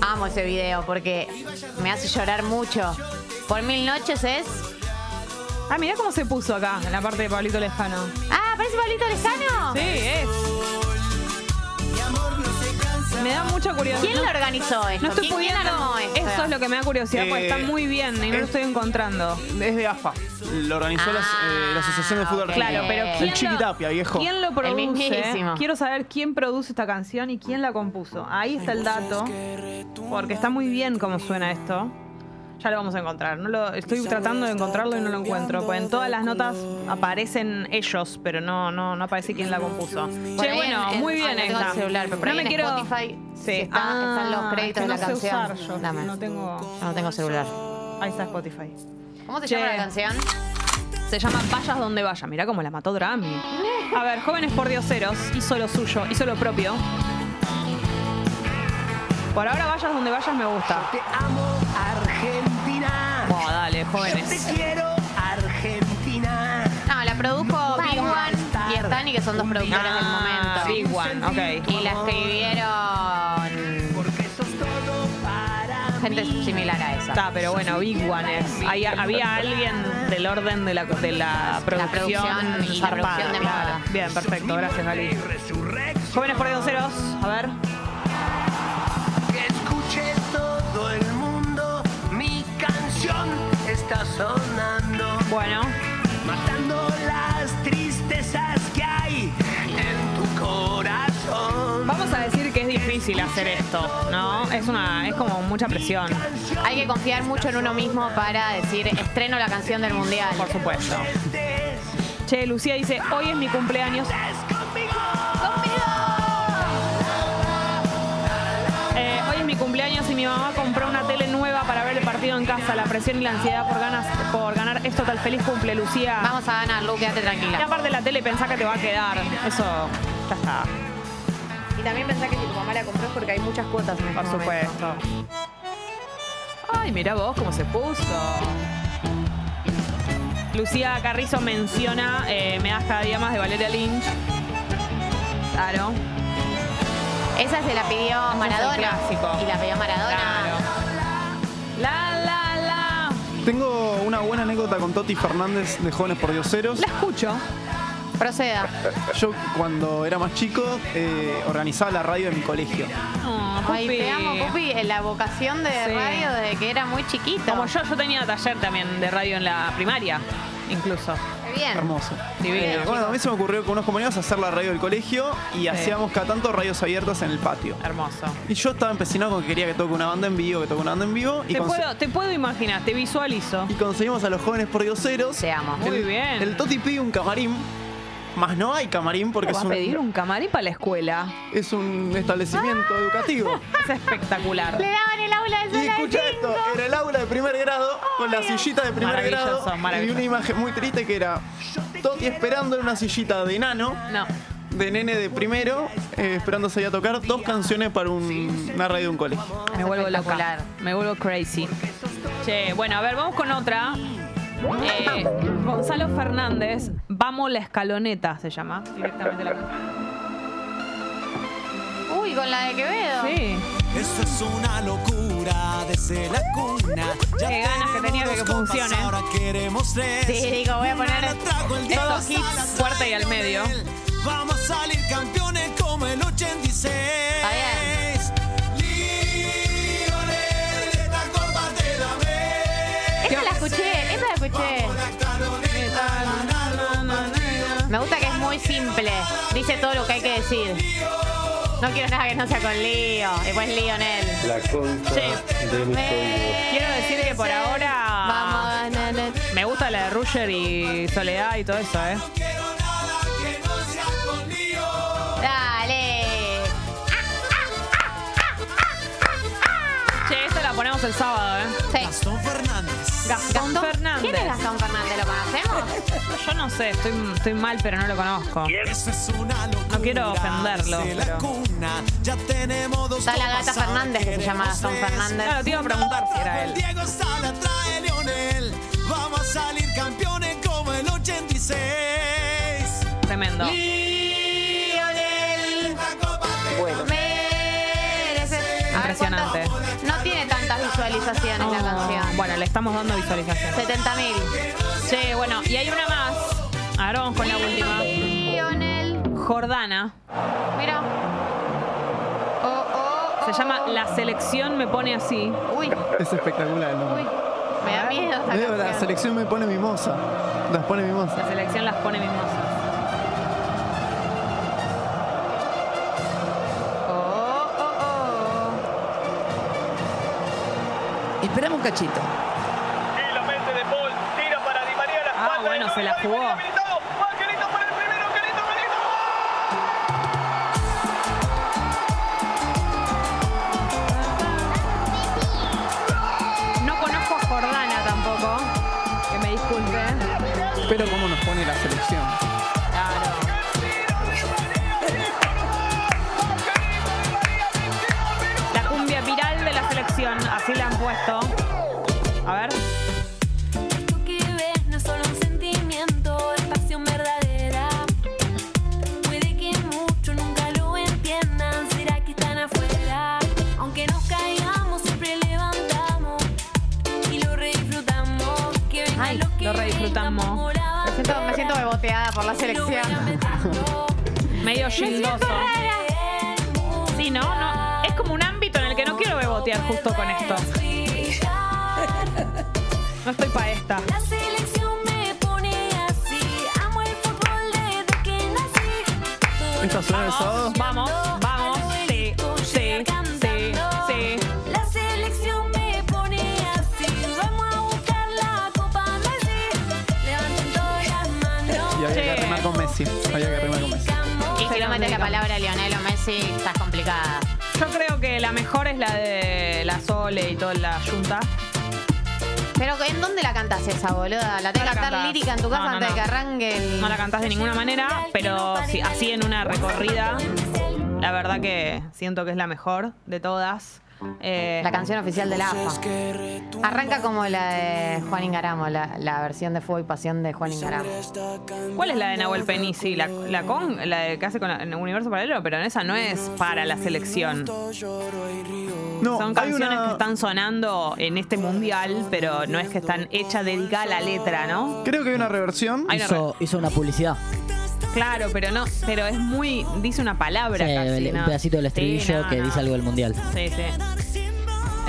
Speaker 2: Amo ese video porque me hace llorar mucho. Por mil noches es.
Speaker 1: Ah, mirá cómo se puso acá, en la parte de Pablito Lejano.
Speaker 2: ¡Ah! ¿Parece Pablito Lezano?
Speaker 1: Sí, es. Me da mucha curiosidad.
Speaker 2: ¿Quién lo organizó esto?
Speaker 1: No estoy
Speaker 2: ¿Quién, quién
Speaker 1: pudiendo.
Speaker 2: armó esto?
Speaker 1: Eso es lo que me da curiosidad porque
Speaker 5: Eh,
Speaker 1: está muy bien y no lo
Speaker 5: es-
Speaker 1: estoy encontrando.
Speaker 5: Es de AFA. Lo organizó la,
Speaker 2: Ah,
Speaker 5: eh, la Asociación de Fútbol
Speaker 2: ok.
Speaker 5: Argentino.
Speaker 1: Claro, pero ¿quién
Speaker 5: El Chiqui
Speaker 1: lo-
Speaker 5: Tapia, viejo.
Speaker 1: ¿Quién lo produce?
Speaker 2: mismísimo.
Speaker 1: Quiero saber quién produce esta canción y quién la compuso. Ahí está el dato. Porque está muy bien cómo suena esto. Ya lo vamos a encontrar. No lo, estoy tratando de encontrarlo y no lo encuentro. Pues en todas las notas aparecen ellos, pero no, no, no aparece quién la compuso.
Speaker 2: Por
Speaker 1: Che,
Speaker 2: ahí
Speaker 1: bueno,
Speaker 2: en- en-
Speaker 1: muy bien
Speaker 2: no tengo
Speaker 1: esta.
Speaker 2: el celular, pero por
Speaker 1: no
Speaker 2: ahí
Speaker 1: me
Speaker 2: en
Speaker 1: quiero.
Speaker 2: Spotify,
Speaker 1: Sí.
Speaker 2: si está- están los
Speaker 1: Ah,
Speaker 2: créditos
Speaker 1: que
Speaker 2: de
Speaker 1: no
Speaker 2: la
Speaker 1: sé
Speaker 2: canción.
Speaker 1: usar yo,
Speaker 2: Dame.
Speaker 1: No tengo.
Speaker 2: Yo no tengo celular.
Speaker 1: Ahí está Spotify.
Speaker 2: ¿Cómo se
Speaker 1: Che.
Speaker 2: llama la canción?
Speaker 1: Se llama Vayas donde vaya. Mirá cómo la mató Drami. A ver, jóvenes por dioseros, hizo lo suyo, hizo lo propio. Por ahora vayas donde vayas me gusta.
Speaker 10: Te amo Argentina.
Speaker 1: Buah, dale, jóvenes.
Speaker 10: Te quiero Argentina.
Speaker 2: No, la produjo Big One y Stani, que son dos productoras
Speaker 1: Ah,
Speaker 2: del
Speaker 1: Big One,
Speaker 2: momento.
Speaker 1: ok.
Speaker 2: Y la escribieron
Speaker 10: Porque sos todo para
Speaker 2: gente similar a esa.
Speaker 1: Está, pero bueno, Big One es. Hay- había alguien del orden de la, de la producción.
Speaker 2: producción y la
Speaker 1: zarpada,
Speaker 2: producción de
Speaker 1: claro.
Speaker 2: moda.
Speaker 1: Bien, perfecto, gracias, Ali. Jóvenes por dioseros, a ver. Bueno.
Speaker 10: Matando las tristezas que hay en tu corazón.
Speaker 1: Vamos a decir que es difícil hacer esto, ¿no? Es una, es como mucha presión.
Speaker 2: Hay que confiar mucho en uno mismo para decir estreno la canción del mundial. Por
Speaker 1: supuesto. Che, Lucía dice, hoy es mi cumpleaños. Eh, hoy es mi cumpleaños y mi mamá compró una tele nueva para ver el partido en casa. La presión y la ansiedad por ganas por ganar es total. Feliz cumple, Lucía.
Speaker 2: Vamos a ganar, Lu, quédate tranquila.
Speaker 1: Y aparte la tele pensá que te va a quedar. Eso ya está.
Speaker 2: Y también pensá que si tu mamá la compró es porque hay muchas cuotas en este
Speaker 1: Por
Speaker 2: momento.
Speaker 1: supuesto. Ay, mira vos cómo se puso. Lucía Carrizo menciona eh, Me das cada día más de Valeria Lynch. Claro.
Speaker 2: Esa se la pidió
Speaker 1: es el
Speaker 2: Maradona.
Speaker 1: clásico.
Speaker 2: Y la pidió Maradona.
Speaker 1: La, la, la.
Speaker 5: Tengo una buena anécdota con Toti Fernández de Jóvenes por Dioseros.
Speaker 1: La escucho.
Speaker 2: Proceda.
Speaker 5: Yo cuando era más chico eh, organizaba la radio en mi colegio.
Speaker 1: Ah,
Speaker 2: Ay, te amo, Pupi. Eh, La vocación de
Speaker 1: Sí.
Speaker 2: radio desde que era muy chiquito.
Speaker 1: Como yo, yo tenía taller también de radio en la primaria, incluso.
Speaker 2: Qué Bien.
Speaker 5: Hermoso.
Speaker 1: Divino,
Speaker 5: Eh,
Speaker 1: chicos.
Speaker 5: bueno, a mí se me ocurrió con unos compañeros hacer la radio del colegio y
Speaker 1: Sí.
Speaker 5: hacíamos cada tanto radios abiertas en el patio.
Speaker 1: Hermoso.
Speaker 5: Y yo estaba empecinado con que quería que toque una banda en vivo, que toque una banda en vivo. Y,
Speaker 1: Te
Speaker 5: conse-
Speaker 1: puedo, te puedo imaginar, te visualizo.
Speaker 5: y conseguimos a los jóvenes por dioseros.
Speaker 2: Te amo.
Speaker 1: Muy bien.
Speaker 5: El Toti pide un camarín, más no hay camarín porque
Speaker 1: ¿Cómo
Speaker 5: es
Speaker 1: va a
Speaker 5: un,
Speaker 1: pedir un camarín para la escuela?
Speaker 5: es un establecimiento educativo.
Speaker 1: Es espectacular.
Speaker 2: Le daban el aula de
Speaker 5: Y
Speaker 2: sala de
Speaker 5: escucha
Speaker 2: cinco.
Speaker 5: esto, era el aula de primer grado con la sillita de primer
Speaker 1: Maravilloso,
Speaker 5: grado y
Speaker 1: maravilloso.
Speaker 5: una imagen muy triste que era Toti esperando en una sillita de enano,
Speaker 1: No.
Speaker 5: de nene de primero, eh, esperando salir a tocar dos canciones para un- una radio de un colegio.
Speaker 1: Me vuelvo
Speaker 2: espectacular.
Speaker 1: loca. Me vuelvo crazy. Che, bueno, a ver, vamos con otra. Eh, Gonzalo Fernández, Vamos la escaloneta, se llama directamente la canción.
Speaker 2: Uy, con la de Quevedo.
Speaker 1: Sí.
Speaker 8: Esto es una locura desde la cuna. Ya
Speaker 1: Qué ganas que tenía de que
Speaker 8: tenemos dos copas,
Speaker 1: funcione.
Speaker 8: Ahora queremos tres.
Speaker 2: Sí, digo, voy a poner
Speaker 1: estos hits fuerte y al medio.
Speaker 8: Vamos a salir campeones como el 86.
Speaker 2: Está bien.
Speaker 8: Lionel, esta copa te la ves.
Speaker 2: Esa la escuché, esa la escuché.
Speaker 8: Vamos, la escaloneta, ganar la manera.
Speaker 2: Me gusta que es muy simple. Dice todo lo que hay que decir. No quiero nada que no sea con lío. Después Lionel.
Speaker 11: La concha
Speaker 1: Sí.
Speaker 11: de mis oídos.
Speaker 1: Quiero decir que por ahora-
Speaker 2: Vamos, na, na.
Speaker 1: Me gusta la de Ruger y Soledad y todo eso, ¿eh?
Speaker 8: Quiero nada que no sea con lío.
Speaker 2: Dale.
Speaker 1: Che, esta la ponemos el sábado, ¿eh?
Speaker 2: Sí.
Speaker 8: Gastón Fernández.
Speaker 1: Gastón Fernández.
Speaker 2: ¿Quién es Gastón Fernández? ¿Lo conocemos?
Speaker 1: Yo no sé, estoy, estoy mal, pero no lo conozco.
Speaker 8: Eso es una locura.
Speaker 1: No quiero ofenderlo,
Speaker 8: Desde la
Speaker 1: pero-
Speaker 8: cuna, ya tenemos dos
Speaker 2: Está la
Speaker 8: copas,
Speaker 2: gata
Speaker 8: ahora
Speaker 2: Fernández que se llama
Speaker 8: queremos
Speaker 2: Gastón
Speaker 8: tres.
Speaker 2: Fernández. Ah,
Speaker 1: Claro, te iba a preguntar si era él.
Speaker 8: Diego Sala trae Lionel. Vamos a salir campeones como el 86.
Speaker 1: Tremendo.
Speaker 8: Lionel. La copa te
Speaker 2: Merece. A ver cuántas-
Speaker 1: Impresionante. Oh,
Speaker 2: No tiene tantas visualizaciones la canción.
Speaker 1: Ah, Bueno, le estamos dando visualización.
Speaker 2: 70.000.
Speaker 1: Che, bueno, y hay una más. Ahora vamos con la última.
Speaker 2: Lionel.
Speaker 1: Jordana.
Speaker 2: Mira. Oh, oh,
Speaker 1: Se
Speaker 2: oh.
Speaker 1: llama La selección me pone así.
Speaker 2: Uy,
Speaker 5: Es espectacular,
Speaker 2: uy.
Speaker 5: ¿no?
Speaker 2: Me da miedo esta
Speaker 5: Leo, la
Speaker 2: canción.
Speaker 5: selección me pone mimosa. Las pone mimosa.
Speaker 1: La selección las pone mimosas.
Speaker 2: Oh, oh,
Speaker 12: Esperamos un cachito.
Speaker 10: Y la mente de Paul, tira para Di María, la
Speaker 1: Ah,
Speaker 10: espalda de
Speaker 1: bueno,
Speaker 10: Paul,
Speaker 1: se la
Speaker 10: Di María
Speaker 1: jugó.
Speaker 10: habilitado. Va Querito por el primero, Querito, Querito.
Speaker 1: No conozco a Jordana tampoco. Que me disculpe.
Speaker 5: Pero cómo nos pone la selección.
Speaker 1: Claro. La cumbia viral de la selección. Así la han puesto. A ver.
Speaker 9: Esto que ves no es solo un sentimiento, es pasión verdadera. Puede que muchos nunca lo entiendan, será que están afuera. Aunque nos caigamos, siempre levantamos y lo redisfrutamos. Que venga
Speaker 1: Ay,
Speaker 9: lo que
Speaker 1: lo redisfrutamos.
Speaker 9: venga, vamos
Speaker 2: oh. Me siento, me siento beboteada por la selección.
Speaker 1: Medio gildoso. Sí, ¿no? no. Es como un ámbito en el que no quiero bebotear justo con esto. No estoy para esta.
Speaker 9: La selección me
Speaker 5: sábado?
Speaker 1: Vamos, vamos. Sí, sí, sí, sí.
Speaker 9: La selección me pone así. Vamos a buscar la copa Messi. Levanten todas las manos.
Speaker 5: Y había que
Speaker 9: Sí.
Speaker 5: remar con Messi. Había que remar con Messi.
Speaker 2: Y si no metes la palabra Lionel o Messi, estás complicada.
Speaker 1: Yo creo que la mejor es la de la Sole y toda la Junta.
Speaker 2: Pero ¿en dónde la cantás esa, boluda?
Speaker 1: No la
Speaker 2: La tenés que cantar
Speaker 1: cantás.
Speaker 2: lírica en tu casa
Speaker 1: No, no,
Speaker 2: antes de
Speaker 1: no.
Speaker 2: que arranque el...
Speaker 1: No la cantás de ninguna manera, pero si- así en una recorrida, la verdad que siento que es la mejor de todas. Eh,
Speaker 2: La canción oficial de la AFA. Arranca como la de Juan Ingaramo, la, la versión de Fuego y Pasión de Juan Ingaramo.
Speaker 1: ¿Cuál es la de Nahuel Penny? Sí, la, la con, la de que hace con en Universo Paralelo, pero en esa no es para la selección.
Speaker 5: No,
Speaker 1: Son
Speaker 5: hay
Speaker 1: canciones
Speaker 5: una-
Speaker 1: que están sonando en este mundial, pero no es que están hechas dedicada a la letra, ¿no?
Speaker 5: Creo que hay una reversión.
Speaker 1: Hay una
Speaker 3: Hizo, hizo una publicidad.
Speaker 1: Claro, pero no, pero es muy, dice una palabra
Speaker 3: Sí,
Speaker 1: casi,
Speaker 3: Eh, el-
Speaker 1: ¿no?
Speaker 3: un pedacito del
Speaker 1: Sí,
Speaker 3: estribillo
Speaker 1: no,
Speaker 3: que
Speaker 1: no.
Speaker 3: dice algo del mundial.
Speaker 1: Sí, sí.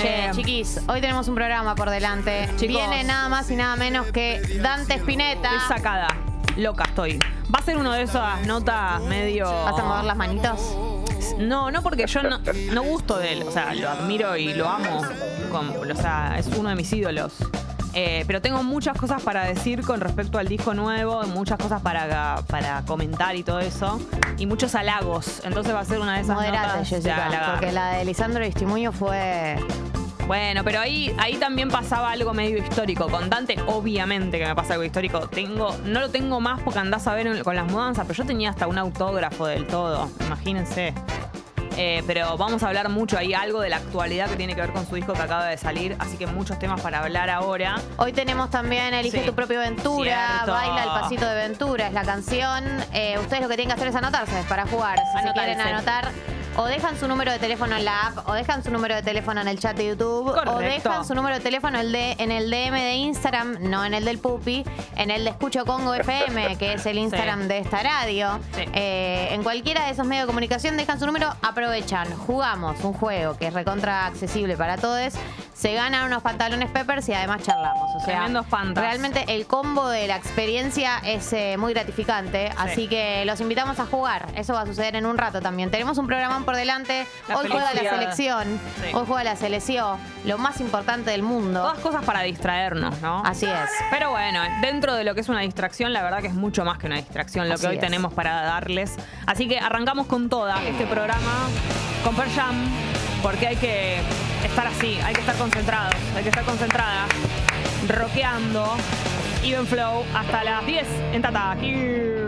Speaker 2: Che,
Speaker 1: Eh,
Speaker 2: chiquis, hoy tenemos un programa por delante.
Speaker 1: Chicos.
Speaker 2: Viene nada más y nada menos que Dante
Speaker 1: Estoy
Speaker 2: Spinetta.
Speaker 1: sacada, loca estoy. Va a ser uno de esas notas medio.
Speaker 2: ¿Vas a mover las manitos?
Speaker 1: No, no porque yo no, no gusto de él. O sea, lo admiro y lo amo. como- o sea, es uno de mis ídolos. Eh, pero tengo muchas cosas para decir con respecto al disco nuevo, muchas cosas para, para comentar y todo eso. Y muchos halagos. Entonces va a ser una de esas
Speaker 2: Moderate,
Speaker 1: notas de
Speaker 2: Jessica,
Speaker 1: halagar.
Speaker 2: porque la de Lisandro Estimuño fue...
Speaker 1: Bueno, pero ahí, ahí también pasaba algo medio histórico. Con Dante, obviamente que me pasa algo histórico. Tengo, no lo tengo más porque andás a ver en- con las mudanzas, pero yo tenía hasta un autógrafo del todo, imagínense. Eh, pero vamos a hablar mucho ahí, algo de la actualidad que tiene que ver con su disco que acaba de salir, así que muchos temas para hablar ahora.
Speaker 2: Hoy tenemos también Elige
Speaker 1: Sí.
Speaker 2: tu propia aventura,
Speaker 1: Cierto.
Speaker 2: Baila el pasito de aventura, es la canción. Eh, ustedes lo que tienen que hacer es anotarse para jugar. Si se
Speaker 1: Anotarse.
Speaker 2: quieren anotar, o dejan su número de teléfono en la app, o dejan su número de teléfono en el chat de YouTube, o
Speaker 1: Correcto.
Speaker 2: dejan su número de teléfono el de- en el DM de Instagram, no en el del Pupi, en el de Escucho Congo FM, que es el Instagram
Speaker 1: Sí.
Speaker 2: de esta radio.
Speaker 1: Sí.
Speaker 2: Eh, en cualquiera de esos medios de comunicación dejan su número, aprovechan, jugamos un juego que es recontra accesible para todos, se ganan unos pantalones peppers y además charlamos. O sea,
Speaker 1: Tremendos pantas.
Speaker 2: realmente el combo de la experiencia es eh, muy gratificante, así que los invitamos a jugar. Eso va a suceder en un rato también. Tenemos un programón por delante.
Speaker 1: La
Speaker 2: hoy juega la
Speaker 1: felicidad.
Speaker 2: selección,
Speaker 1: Sí.
Speaker 2: hoy juega la selección, lo más importante del mundo.
Speaker 1: Todas cosas para distraernos, ¿no?
Speaker 2: Así es.
Speaker 1: Pero bueno, dentro de lo que es una distracción, la verdad que es mucho más que una distracción lo
Speaker 2: Así
Speaker 1: que hoy
Speaker 2: es.
Speaker 1: tenemos para darles. Así que arrancamos con toda este programa, con Per Jam, porque hay que estar así, hay que estar concentrados, hay que estar concentradas, rockeando, even flow, hasta las 10 en Tata. Here.